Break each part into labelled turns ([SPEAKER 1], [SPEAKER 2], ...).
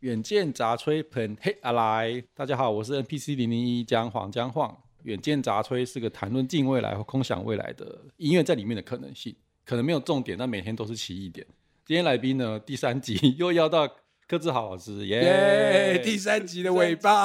[SPEAKER 1] 远见杂吹盆嘿阿来，大家好，我是 NPC 零零一姜黄姜晃。远见杂吹是个谈论近未来和空想未来的音乐在里面的可能性，可能没有重点，但每天都是奇异点。今天来宾呢，第三集又要到柯志豪老师耶
[SPEAKER 2] 耶！第三集的尾巴，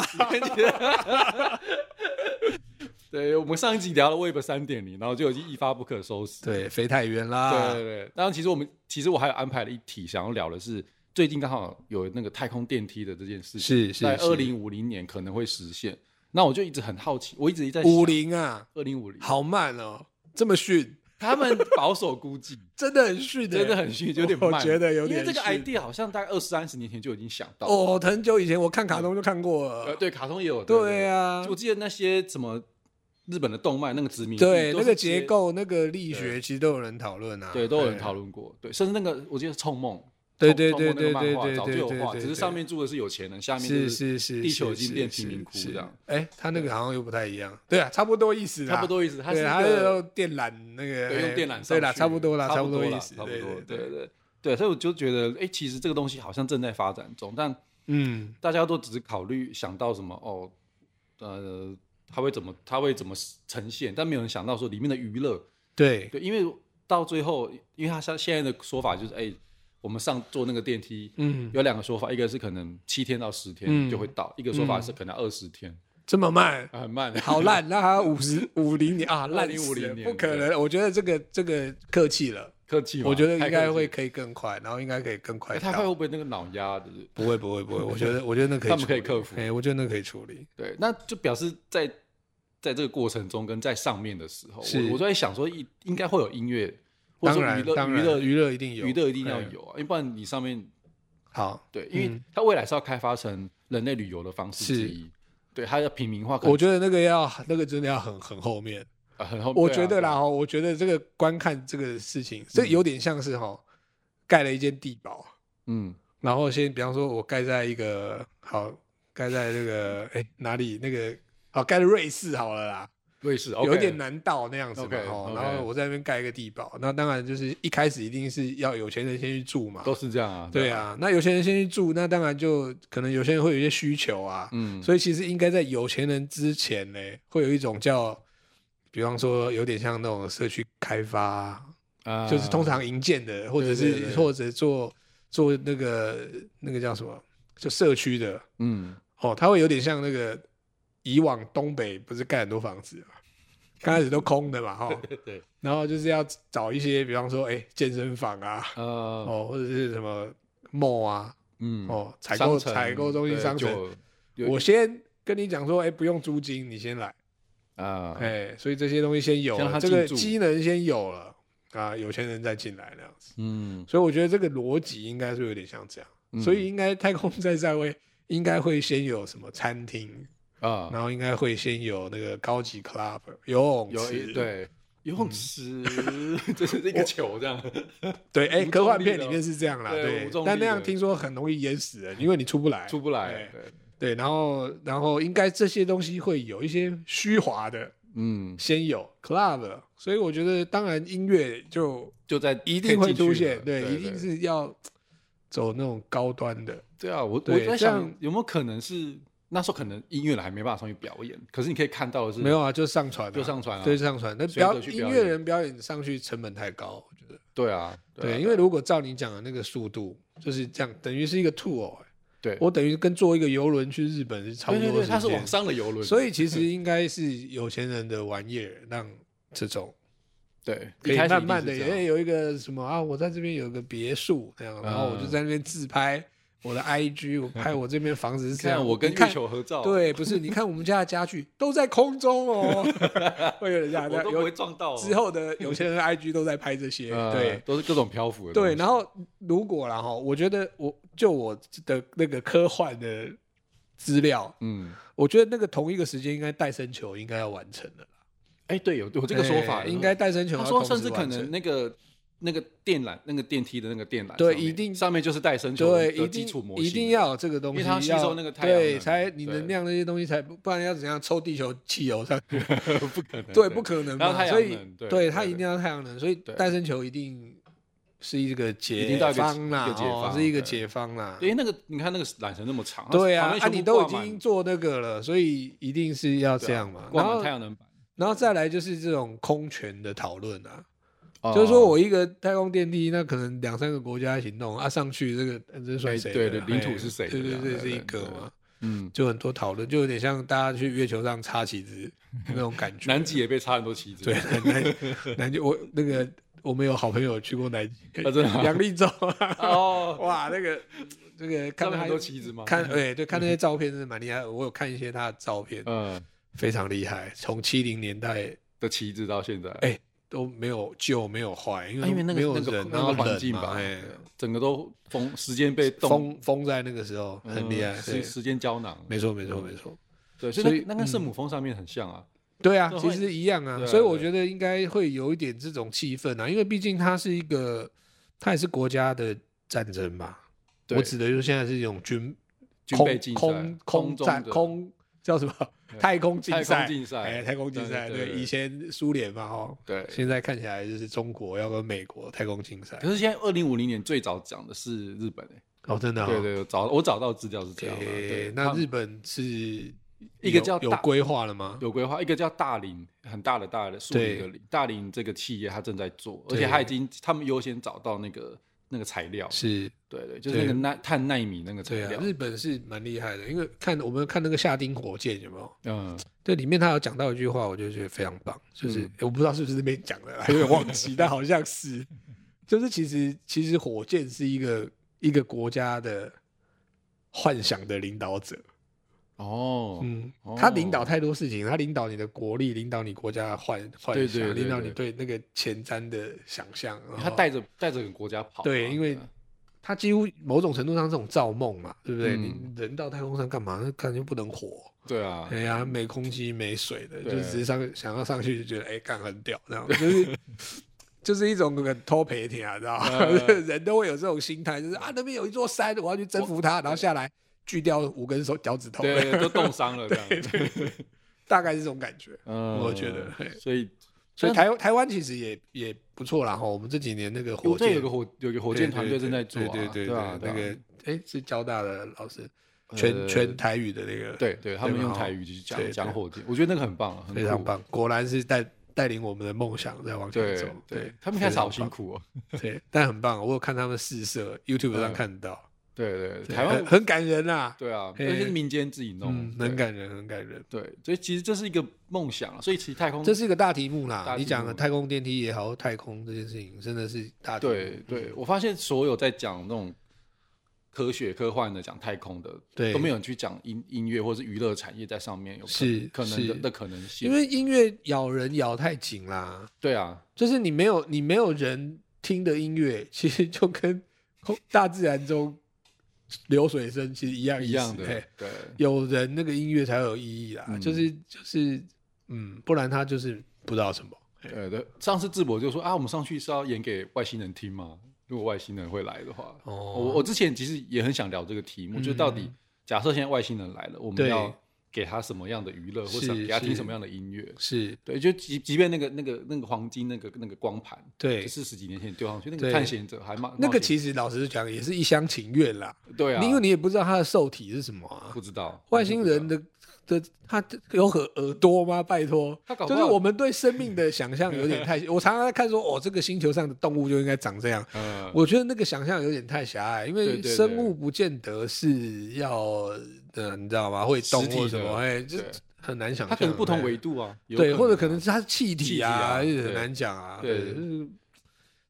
[SPEAKER 1] 对我们上一集聊了 Web 三点零，然后就已经一发不可收拾。
[SPEAKER 2] 对，飞太远
[SPEAKER 1] 对
[SPEAKER 2] 啦
[SPEAKER 1] 对。对，当然，其实我们其实我还有安排了一题，想要聊的是最近刚好有那个太空电梯的这件事情，
[SPEAKER 2] 是是
[SPEAKER 1] 在
[SPEAKER 2] 是
[SPEAKER 1] 二零五零年可能会实现。那我就一直很好奇，我一直在
[SPEAKER 2] 五零啊，
[SPEAKER 1] 二零五零，
[SPEAKER 2] 好慢哦，这么逊，
[SPEAKER 1] 他们保守估 计
[SPEAKER 2] 真的很逊的，
[SPEAKER 1] 真的很逊，有点慢，
[SPEAKER 2] 我觉得有
[SPEAKER 1] 因
[SPEAKER 2] 点
[SPEAKER 1] 为这
[SPEAKER 2] 逊。
[SPEAKER 1] 个 idea 好像大概二三十年前就已经想到了，
[SPEAKER 2] 哦，很久以前我看卡通就看过
[SPEAKER 1] 呃，
[SPEAKER 2] 了。
[SPEAKER 1] 对，卡通也有，
[SPEAKER 2] 对啊
[SPEAKER 1] 对我记得那些什么日本的动漫那个殖民地
[SPEAKER 2] 对，
[SPEAKER 1] 都
[SPEAKER 2] 那
[SPEAKER 1] 是
[SPEAKER 2] 个
[SPEAKER 1] 接
[SPEAKER 2] 结构、那个力学，其实都有人讨论啊。
[SPEAKER 1] 对，都有人讨。论过。对，甚至那个我记得《冲梦》，
[SPEAKER 2] 对
[SPEAKER 1] 冲
[SPEAKER 2] 对
[SPEAKER 1] 冲
[SPEAKER 2] 对
[SPEAKER 1] 梦那个
[SPEAKER 2] 对
[SPEAKER 1] 漫画
[SPEAKER 2] 对对
[SPEAKER 1] 早就
[SPEAKER 2] 对
[SPEAKER 1] 有
[SPEAKER 2] 对
[SPEAKER 1] 画，
[SPEAKER 2] 对
[SPEAKER 1] 只是
[SPEAKER 2] 对
[SPEAKER 1] 上面住的是有钱人，下面
[SPEAKER 2] 是
[SPEAKER 1] 就是
[SPEAKER 2] 是，
[SPEAKER 1] 地球已经
[SPEAKER 2] 是
[SPEAKER 1] 变
[SPEAKER 2] 是
[SPEAKER 1] 贫民窟
[SPEAKER 2] 是
[SPEAKER 1] 这样
[SPEAKER 2] 哎，他那个好像又不太一样。对啊，差不多意思啦。
[SPEAKER 1] 差不多意思。它是
[SPEAKER 2] 对，
[SPEAKER 1] 一
[SPEAKER 2] 他
[SPEAKER 1] 个
[SPEAKER 2] 用电缆那个，
[SPEAKER 1] 对
[SPEAKER 2] 哎
[SPEAKER 1] 用电缆上去，
[SPEAKER 2] 对啦，差不多啦，
[SPEAKER 1] 差
[SPEAKER 2] 不
[SPEAKER 1] 多
[SPEAKER 2] 多
[SPEAKER 1] 啦
[SPEAKER 2] 意思，
[SPEAKER 1] 差不
[SPEAKER 2] 对
[SPEAKER 1] 多。对
[SPEAKER 2] 对对，
[SPEAKER 1] 对对，所以我就觉得，哎，其实这个东西好像正在发展中，但
[SPEAKER 2] 嗯，
[SPEAKER 1] 大家都只是考虑想到什么哦，呃，它会怎么它会怎么呈现，但没有人想到说里面的娱乐。
[SPEAKER 2] 对，
[SPEAKER 1] 对，因为到最后，因为它像现在的说法就是，哎，我们上坐那个电梯，
[SPEAKER 2] 嗯，
[SPEAKER 1] 有两个说法，一个是可能七天到十天
[SPEAKER 2] 嗯
[SPEAKER 1] 就会到，一个说法是可能二十天，
[SPEAKER 2] 这么慢，
[SPEAKER 1] 啊很慢。
[SPEAKER 2] 好 烂，那还五十五零年啊，烂死了
[SPEAKER 1] 2050年
[SPEAKER 2] 不可能。我觉得这个这个客气了，
[SPEAKER 1] 科技嘛，
[SPEAKER 2] 我觉得
[SPEAKER 1] 啊太
[SPEAKER 2] 应
[SPEAKER 1] 科技
[SPEAKER 2] 该会。可以更快，然后应该可以更快
[SPEAKER 1] 哎
[SPEAKER 2] 到。
[SPEAKER 1] 太快会不会那个脑压的？对
[SPEAKER 2] 不会不会不会，我觉得我觉得那可 以
[SPEAKER 1] 他们
[SPEAKER 2] 处
[SPEAKER 1] 可
[SPEAKER 2] 理
[SPEAKER 1] 以克服
[SPEAKER 2] 哎，我觉得那可以处理。
[SPEAKER 1] 对，那就表示在在这个过程中跟在上面的时候，
[SPEAKER 2] 是
[SPEAKER 1] 我我都在想说，应应该会有音乐，或者
[SPEAKER 2] 当
[SPEAKER 1] 说
[SPEAKER 2] 然
[SPEAKER 1] 娱乐
[SPEAKER 2] 当
[SPEAKER 1] 娱乐
[SPEAKER 2] 然，娱乐一定有，
[SPEAKER 1] 娱乐一定要
[SPEAKER 2] 哎。
[SPEAKER 1] 有啊，要不然你上面
[SPEAKER 2] 好，
[SPEAKER 1] 对，因为
[SPEAKER 2] 嗯
[SPEAKER 1] 它未来是要开发成人类旅游的方式之
[SPEAKER 2] 是
[SPEAKER 1] 一，对，它要平民化，可能
[SPEAKER 2] 我觉得那个要那个真的要很很后面。
[SPEAKER 1] 呃很后
[SPEAKER 2] 我
[SPEAKER 1] 对啊
[SPEAKER 2] 觉得
[SPEAKER 1] 对啊
[SPEAKER 2] 啦，哦，我觉得这个观看这个事情，这
[SPEAKER 1] 嗯
[SPEAKER 2] 有点像是哈盖了一间地堡，
[SPEAKER 1] 嗯，
[SPEAKER 2] 然后先比方说，我盖在一个好盖在那个哎哪里那个好盖在瑞士好了啦，
[SPEAKER 1] 瑞士
[SPEAKER 2] 有点，难到那样子嘛
[SPEAKER 1] OK，
[SPEAKER 2] 哦。
[SPEAKER 1] OK
[SPEAKER 2] 然后我在那边盖一个地堡，那当然就是一开始一定是要有钱人先去住嘛
[SPEAKER 1] OK，，都是这样啊，
[SPEAKER 2] 对，啊。那有钱人先去住，那当然就可能有些人会有一些需求啊，
[SPEAKER 1] 嗯，
[SPEAKER 2] 所以其实应该在有钱人之前呢，会有一种叫，比方说有点像那种社区开发啊，
[SPEAKER 1] 啊
[SPEAKER 2] 就是通常营建的，或者
[SPEAKER 1] 对对
[SPEAKER 2] 是
[SPEAKER 1] 对
[SPEAKER 2] 或者做做那个那个叫什么，就社区的
[SPEAKER 1] 嗯。
[SPEAKER 2] 哦，它会有点像那个以往东北不是盖很多房子嘛，刚开始都空的 嘛，哈、哦，
[SPEAKER 1] 对，
[SPEAKER 2] 然后就是要找一些，比方说哎健身房啊，
[SPEAKER 1] 呃，
[SPEAKER 2] 哦，或者是什么 mall 啊，
[SPEAKER 1] 嗯，
[SPEAKER 2] 哦，采
[SPEAKER 1] 商
[SPEAKER 2] 购
[SPEAKER 1] 城
[SPEAKER 2] 采购中心
[SPEAKER 1] 对
[SPEAKER 2] 商城，
[SPEAKER 1] 就有
[SPEAKER 2] 我先跟你讲说，哎，不用租金，你先来，
[SPEAKER 1] 啊，
[SPEAKER 2] 哎，所以这些东西先有
[SPEAKER 1] 先让它
[SPEAKER 2] 了，这
[SPEAKER 1] 进
[SPEAKER 2] 个
[SPEAKER 1] 驻
[SPEAKER 2] 机能先有了啊，有钱人再进来那样子。
[SPEAKER 1] 嗯，
[SPEAKER 2] 所以我觉得这个逻辑应该是有点像这样，
[SPEAKER 1] 嗯
[SPEAKER 2] 所以应该太空在在位 应该会先有什么餐厅，
[SPEAKER 1] 啊，
[SPEAKER 2] 然后应该会先有那个高级 club 游泳
[SPEAKER 1] 有
[SPEAKER 2] 池，
[SPEAKER 1] 一 对游泳池， 这是一个球这样，
[SPEAKER 2] 对，哎，
[SPEAKER 1] 无重力的
[SPEAKER 2] 科幻片里面是这样啦，
[SPEAKER 1] 对
[SPEAKER 2] 对
[SPEAKER 1] 无重，力
[SPEAKER 2] 但那
[SPEAKER 1] 的
[SPEAKER 2] 样听说很容易淹死人，因为你出不 来，
[SPEAKER 1] 出不来，
[SPEAKER 2] 哎
[SPEAKER 1] 对，
[SPEAKER 2] 对，然后然后应该这些东西会有一些虚华的，
[SPEAKER 1] 嗯，
[SPEAKER 2] 先有 club，所以我觉得当然音乐就
[SPEAKER 1] 就在
[SPEAKER 2] 一定会出现，
[SPEAKER 1] 对，
[SPEAKER 2] 对，一定
[SPEAKER 1] 对
[SPEAKER 2] 是要走那种高端的，
[SPEAKER 1] 对啊，我我
[SPEAKER 2] 对
[SPEAKER 1] 在
[SPEAKER 2] 这
[SPEAKER 1] 想
[SPEAKER 2] 样
[SPEAKER 1] 有没有可能是那时候可能音乐人还没办法上去表演，可是你可以看到的是
[SPEAKER 2] 没有啊，就上传、啊，
[SPEAKER 1] 嗯就上传啊
[SPEAKER 2] 对，上传。那
[SPEAKER 1] 随着
[SPEAKER 2] 表
[SPEAKER 1] 去
[SPEAKER 2] 音
[SPEAKER 1] 表
[SPEAKER 2] 乐
[SPEAKER 1] 演
[SPEAKER 2] 人表演上去成本太高，我觉得。
[SPEAKER 1] 对啊，
[SPEAKER 2] 对，
[SPEAKER 1] 啊
[SPEAKER 2] 因为如果照你讲的那个速度，就是这样，等于是一个 tour，、欸、
[SPEAKER 1] 对，
[SPEAKER 2] 我等于跟坐一个游轮去日本是差不
[SPEAKER 1] 对
[SPEAKER 2] 多
[SPEAKER 1] 对对，
[SPEAKER 2] 的时间。
[SPEAKER 1] 它是往上的游轮，
[SPEAKER 2] 所以其实应该是有钱人的玩意儿，让这种
[SPEAKER 1] 对，
[SPEAKER 2] 可以
[SPEAKER 1] 一开始
[SPEAKER 2] 慢慢
[SPEAKER 1] 一
[SPEAKER 2] 的
[SPEAKER 1] 定是这样
[SPEAKER 2] 也有一个什么啊，我在这边有个别墅这样，然后我就
[SPEAKER 1] 嗯
[SPEAKER 2] 在那边自拍。我的 IG，我拍我这边房子是这样，
[SPEAKER 1] 看我啊跟
[SPEAKER 2] 你
[SPEAKER 1] 月
[SPEAKER 2] 看
[SPEAKER 1] 球合照，，
[SPEAKER 2] 对，不是，你看我们家的家具都在空 中哦， 会有人这样，
[SPEAKER 1] 我都不
[SPEAKER 2] 有
[SPEAKER 1] 会撞到哦，
[SPEAKER 2] 之后的有些人的 IG 都在拍 这些，
[SPEAKER 1] 呃
[SPEAKER 2] 对
[SPEAKER 1] 都是各种漂浮的东
[SPEAKER 2] 对。
[SPEAKER 1] 西，
[SPEAKER 2] 然后如果然后，我觉得我就我的那个科幻的资料，
[SPEAKER 1] 嗯。
[SPEAKER 2] 我觉得那个同一个时间应该戴森球应该要完成了啦。
[SPEAKER 1] 哎，对，有有这个说法，
[SPEAKER 2] 哎应该戴森球
[SPEAKER 1] 他
[SPEAKER 2] 要
[SPEAKER 1] 说
[SPEAKER 2] 同时
[SPEAKER 1] 甚
[SPEAKER 2] 完
[SPEAKER 1] 至
[SPEAKER 2] 成，
[SPEAKER 1] 可能那个那个电缆、那个电梯的那个电缆，
[SPEAKER 2] 对
[SPEAKER 1] 上面
[SPEAKER 2] 一定
[SPEAKER 1] 上面就是带生球
[SPEAKER 2] 对
[SPEAKER 1] 的
[SPEAKER 2] 一
[SPEAKER 1] 基础
[SPEAKER 2] 定
[SPEAKER 1] 模型，
[SPEAKER 2] 一定要有这个东西，
[SPEAKER 1] 因为它要吸收那个太阳
[SPEAKER 2] 对，
[SPEAKER 1] 能
[SPEAKER 2] 才你
[SPEAKER 1] 对
[SPEAKER 2] 能量那些东西才不不然要怎样抽地球汽油上去？
[SPEAKER 1] 不可能，
[SPEAKER 2] 对，不可能
[SPEAKER 1] 然后
[SPEAKER 2] 嘛
[SPEAKER 1] 太阳
[SPEAKER 2] 所以
[SPEAKER 1] 能对对
[SPEAKER 2] 它一
[SPEAKER 1] 对
[SPEAKER 2] 定要太阳能，所以
[SPEAKER 1] 对
[SPEAKER 2] 戴森球一定是一个解
[SPEAKER 1] 已经到一个
[SPEAKER 2] 放啦，
[SPEAKER 1] 一个解
[SPEAKER 2] 哦
[SPEAKER 1] 放
[SPEAKER 2] 是一个
[SPEAKER 1] 对
[SPEAKER 2] 解放啦。
[SPEAKER 1] 因为那个你看那个缆绳那么长，
[SPEAKER 2] 对
[SPEAKER 1] 旁
[SPEAKER 2] 啊，
[SPEAKER 1] 边全
[SPEAKER 2] 啊
[SPEAKER 1] 部
[SPEAKER 2] 你都已
[SPEAKER 1] 挂满
[SPEAKER 2] 经做那个了，所以一定是要
[SPEAKER 1] 对啊
[SPEAKER 2] 这样嘛。
[SPEAKER 1] 挂
[SPEAKER 2] 然
[SPEAKER 1] 满
[SPEAKER 2] 后
[SPEAKER 1] 太阳能板，
[SPEAKER 2] 然后再来就是这种空权的讨论啊，
[SPEAKER 1] 哦
[SPEAKER 2] 就是说我一个太空电梯，那可能两三个国家一起弄啊，上去这个呃这算
[SPEAKER 1] 哎
[SPEAKER 2] 谁的
[SPEAKER 1] 对
[SPEAKER 2] 啊？
[SPEAKER 1] 对领土是谁的
[SPEAKER 2] 对
[SPEAKER 1] 这
[SPEAKER 2] 对
[SPEAKER 1] 样
[SPEAKER 2] 对，
[SPEAKER 1] 对
[SPEAKER 2] 是一
[SPEAKER 1] 对
[SPEAKER 2] 个
[SPEAKER 1] 对
[SPEAKER 2] 嘛，
[SPEAKER 1] 嗯，
[SPEAKER 2] 就很多讨论，就有点像大家去月球上插 旗子那种感觉。
[SPEAKER 1] 南极也被插很多旗子，
[SPEAKER 2] 对，南南极，我那个我们有好朋友去过南极，
[SPEAKER 1] 啊真的吗
[SPEAKER 2] 杨立洲啊，
[SPEAKER 1] 哦，
[SPEAKER 2] 哇，那个这个看
[SPEAKER 1] 上
[SPEAKER 2] 他
[SPEAKER 1] 面很多旗子吗？
[SPEAKER 2] 看，对对，看那些照片真的蛮厉害的。我有看一些他的照片，
[SPEAKER 1] 嗯，
[SPEAKER 2] 非常厉害，从七零年代
[SPEAKER 1] 的旗子到现在，
[SPEAKER 2] 哎都没有旧没有坏，因
[SPEAKER 1] 啊
[SPEAKER 2] 为
[SPEAKER 1] 因为那个
[SPEAKER 2] 没有
[SPEAKER 1] 那个
[SPEAKER 2] 人，
[SPEAKER 1] 那
[SPEAKER 2] 然后
[SPEAKER 1] 个环
[SPEAKER 2] 冷
[SPEAKER 1] 境
[SPEAKER 2] 嘛
[SPEAKER 1] 吧，
[SPEAKER 2] 哎
[SPEAKER 1] 对整个都封，时间被冻
[SPEAKER 2] 封封在那个时候很厉害
[SPEAKER 1] 嗯，时
[SPEAKER 2] 对
[SPEAKER 1] 时间胶囊，
[SPEAKER 2] 没错没
[SPEAKER 1] 嗯
[SPEAKER 2] 错没错，
[SPEAKER 1] 对，所
[SPEAKER 2] 所
[SPEAKER 1] 以
[SPEAKER 2] 以嗯
[SPEAKER 1] 那那跟圣母峰上面很像啊，
[SPEAKER 2] 对啊
[SPEAKER 1] 这，
[SPEAKER 2] 其
[SPEAKER 1] 会
[SPEAKER 2] 实一样啊
[SPEAKER 1] 对，啊
[SPEAKER 2] 所以我
[SPEAKER 1] 对
[SPEAKER 2] 觉得应该会有一点这种气氛啊，因为毕竟它是一个，它也是国家的战争嘛。
[SPEAKER 1] 对
[SPEAKER 2] 我指的就是现在是一种军
[SPEAKER 1] 军
[SPEAKER 2] 空
[SPEAKER 1] 备竞赛
[SPEAKER 2] 空
[SPEAKER 1] 空
[SPEAKER 2] 空
[SPEAKER 1] 中
[SPEAKER 2] 战
[SPEAKER 1] 的
[SPEAKER 2] 空叫什么
[SPEAKER 1] 对
[SPEAKER 2] 太空竞
[SPEAKER 1] 太
[SPEAKER 2] 赛
[SPEAKER 1] 空竞赛
[SPEAKER 2] 哎，太空竞赛
[SPEAKER 1] 对对
[SPEAKER 2] 对，
[SPEAKER 1] 对
[SPEAKER 2] 以前苏联嘛哦，
[SPEAKER 1] 对
[SPEAKER 2] 现在看起来就是中国要跟美国太空竞赛
[SPEAKER 1] 可是现在二零五零年最早讲的是日本、欸，
[SPEAKER 2] 哦，真的哦
[SPEAKER 1] 对对，我找我找到资料是这样的。
[SPEAKER 2] 诶
[SPEAKER 1] 对，他
[SPEAKER 2] 那
[SPEAKER 1] 们
[SPEAKER 2] 日本是
[SPEAKER 1] 一个
[SPEAKER 2] 有
[SPEAKER 1] 叫
[SPEAKER 2] 有
[SPEAKER 1] 大
[SPEAKER 2] 规划了吗？
[SPEAKER 1] 有规划，一个叫大林，很大的大的树林
[SPEAKER 2] 对
[SPEAKER 1] 的林，大林这个企业它正在做，而
[SPEAKER 2] 对
[SPEAKER 1] 且它已经他们优先找到那个那个材料，
[SPEAKER 2] 是，
[SPEAKER 1] 对对，就是那个
[SPEAKER 2] 对
[SPEAKER 1] 耐碳纳米那个材
[SPEAKER 2] 对啊
[SPEAKER 1] 料，，
[SPEAKER 2] 日本是蛮厉害的，因为看我们看那个夏丁火箭有没有？
[SPEAKER 1] 嗯，
[SPEAKER 2] 对，里面他有讲到一句话，我就觉得非常棒，就是、
[SPEAKER 1] 嗯
[SPEAKER 2] 诶我不知道是不是那边 讲的啦，有点忘记，但好像是，就是其实其实火箭是一个一个国家的幻想的领导者，
[SPEAKER 1] 哦，
[SPEAKER 2] 嗯
[SPEAKER 1] 哦，
[SPEAKER 2] 他领导太多事情，他领导你的国力，领导你国家的幻幻想，
[SPEAKER 1] 对对对
[SPEAKER 2] 领导你对那个前瞻的想象，然后
[SPEAKER 1] 他带着带着整个国家跑嘛，
[SPEAKER 2] 哦对因为
[SPEAKER 1] 啊
[SPEAKER 2] 他几乎某种程度上这种造梦嘛，对不对？
[SPEAKER 1] 嗯
[SPEAKER 2] 你人到太空上干嘛？那感觉不能活，
[SPEAKER 1] 对啊，
[SPEAKER 2] 哎呀，没空气没水的，就
[SPEAKER 1] 对
[SPEAKER 2] 是只是上想要上去就 觉得哎，干很屌，这样就是就是一种那个偷陪天啊，知道吗？
[SPEAKER 1] 嗯
[SPEAKER 2] 人都会有这种心态，就是啊，那边有一座山，我要去征服它，然后下来锯掉五根手脚趾头，
[SPEAKER 1] 对，对都冻伤了这样，
[SPEAKER 2] 大概是这种感觉。
[SPEAKER 1] 嗯，
[SPEAKER 2] 我觉得嘿
[SPEAKER 1] 所以
[SPEAKER 2] 所以台台湾其实也也不错啦哈，我们这几年那个火
[SPEAKER 1] 我这
[SPEAKER 2] 箭
[SPEAKER 1] 有个火有个火箭团队正在做啊，
[SPEAKER 2] 对对对对
[SPEAKER 1] 啊，对
[SPEAKER 2] 那
[SPEAKER 1] 啊
[SPEAKER 2] 个哎是交大的老师，全
[SPEAKER 1] 呃
[SPEAKER 2] 全台语的那个，
[SPEAKER 1] 对对，他们
[SPEAKER 2] 对吧哦
[SPEAKER 1] 用台语去
[SPEAKER 2] 对
[SPEAKER 1] 讲
[SPEAKER 2] 对
[SPEAKER 1] 讲火箭，我觉得那个很棒啊，很
[SPEAKER 2] 非常
[SPEAKER 1] 酷。
[SPEAKER 2] 棒，果然是带带领我们的梦想在往前
[SPEAKER 1] 对
[SPEAKER 2] 走。
[SPEAKER 1] 对，他们一开始好辛
[SPEAKER 2] 苦，
[SPEAKER 1] 苦哦。
[SPEAKER 2] 对，但很棒，我有看他们试射，YouTube 上看到，
[SPEAKER 1] 对对，
[SPEAKER 2] 对
[SPEAKER 1] 嗯台湾
[SPEAKER 2] 很很感人啊，
[SPEAKER 1] 对啊，
[SPEAKER 2] 嘿
[SPEAKER 1] 而且是民间自己弄
[SPEAKER 2] 嗯，，
[SPEAKER 1] 对
[SPEAKER 2] 很感人，很感人。
[SPEAKER 1] 对，所以其实这是一个梦想啊，所以其实太空
[SPEAKER 2] 这是一个大题目
[SPEAKER 1] 大
[SPEAKER 2] 啦，
[SPEAKER 1] 题目
[SPEAKER 2] 你讲的太空电梯也好，太空这件事情真的是大题目。
[SPEAKER 1] 对对，我发现所有在讲那种科学科幻的、讲太空的，
[SPEAKER 2] 对
[SPEAKER 1] 都没有人去讲音音乐或是娱乐产业在上面有可
[SPEAKER 2] 是
[SPEAKER 1] 可能的
[SPEAKER 2] 是
[SPEAKER 1] 的可能性，
[SPEAKER 2] 因为音乐咬人咬太紧啦，
[SPEAKER 1] 对啊，
[SPEAKER 2] 就是你没有你没有人听的音乐，其实就跟 空大自然中流水声其实一样
[SPEAKER 1] 一样的
[SPEAKER 2] 意思嘿，
[SPEAKER 1] 对
[SPEAKER 2] 有人那个音乐才有意义啦，啊
[SPEAKER 1] 嗯
[SPEAKER 2] 就是就是嗯，不然他就是不知道什么。嘿
[SPEAKER 1] 对对。上次智博就说啊，我们上去是要演给外星人听嘛，如果外星人会来的话，我
[SPEAKER 2] 哦，
[SPEAKER 1] 我之前其实也很想聊这个题目，
[SPEAKER 2] 嗯
[SPEAKER 1] 就到底假设现在外星人来了，我们
[SPEAKER 2] 对
[SPEAKER 1] 要给他什么样的娱乐，或
[SPEAKER 2] 是
[SPEAKER 1] 者给他听
[SPEAKER 2] 是
[SPEAKER 1] 什么样的音乐？
[SPEAKER 2] 是
[SPEAKER 1] 对，就即即便那个那个那个黄金那个那个光盘，
[SPEAKER 2] 对
[SPEAKER 1] 就，是十几年前丢上去，那个
[SPEAKER 2] 对
[SPEAKER 1] 探险者还蛮
[SPEAKER 2] 那个
[SPEAKER 1] 情
[SPEAKER 2] 其实老实讲也是一厢情愿啦，
[SPEAKER 1] 对啊，
[SPEAKER 2] 因为你也不知道他的受体是什么啊
[SPEAKER 1] 不。知道
[SPEAKER 2] 外星人的的他有耳耳朵吗？拜托
[SPEAKER 1] 他搞，不
[SPEAKER 2] 就
[SPEAKER 1] 好
[SPEAKER 2] 是我们对生命的想象有点太……我常常在看说，哦，这个星球上的动物就应该长这样。
[SPEAKER 1] 呃，
[SPEAKER 2] 我觉得那个想象有点太狭隘，因
[SPEAKER 1] 对
[SPEAKER 2] 为
[SPEAKER 1] 对对
[SPEAKER 2] 生物不见得是要呃，你知道吗？会动
[SPEAKER 1] 实体
[SPEAKER 2] 或什么，
[SPEAKER 1] 的
[SPEAKER 2] 哎，这
[SPEAKER 1] 对
[SPEAKER 2] 很难想象。
[SPEAKER 1] 他可能不同
[SPEAKER 2] 哎
[SPEAKER 1] 维度啊，有
[SPEAKER 2] 对，或者
[SPEAKER 1] 啊
[SPEAKER 2] 可能是它是气
[SPEAKER 1] 气
[SPEAKER 2] 体
[SPEAKER 1] 体啊
[SPEAKER 2] 啊，也
[SPEAKER 1] 对
[SPEAKER 2] 很难讲啊。
[SPEAKER 1] 对
[SPEAKER 2] 对，就是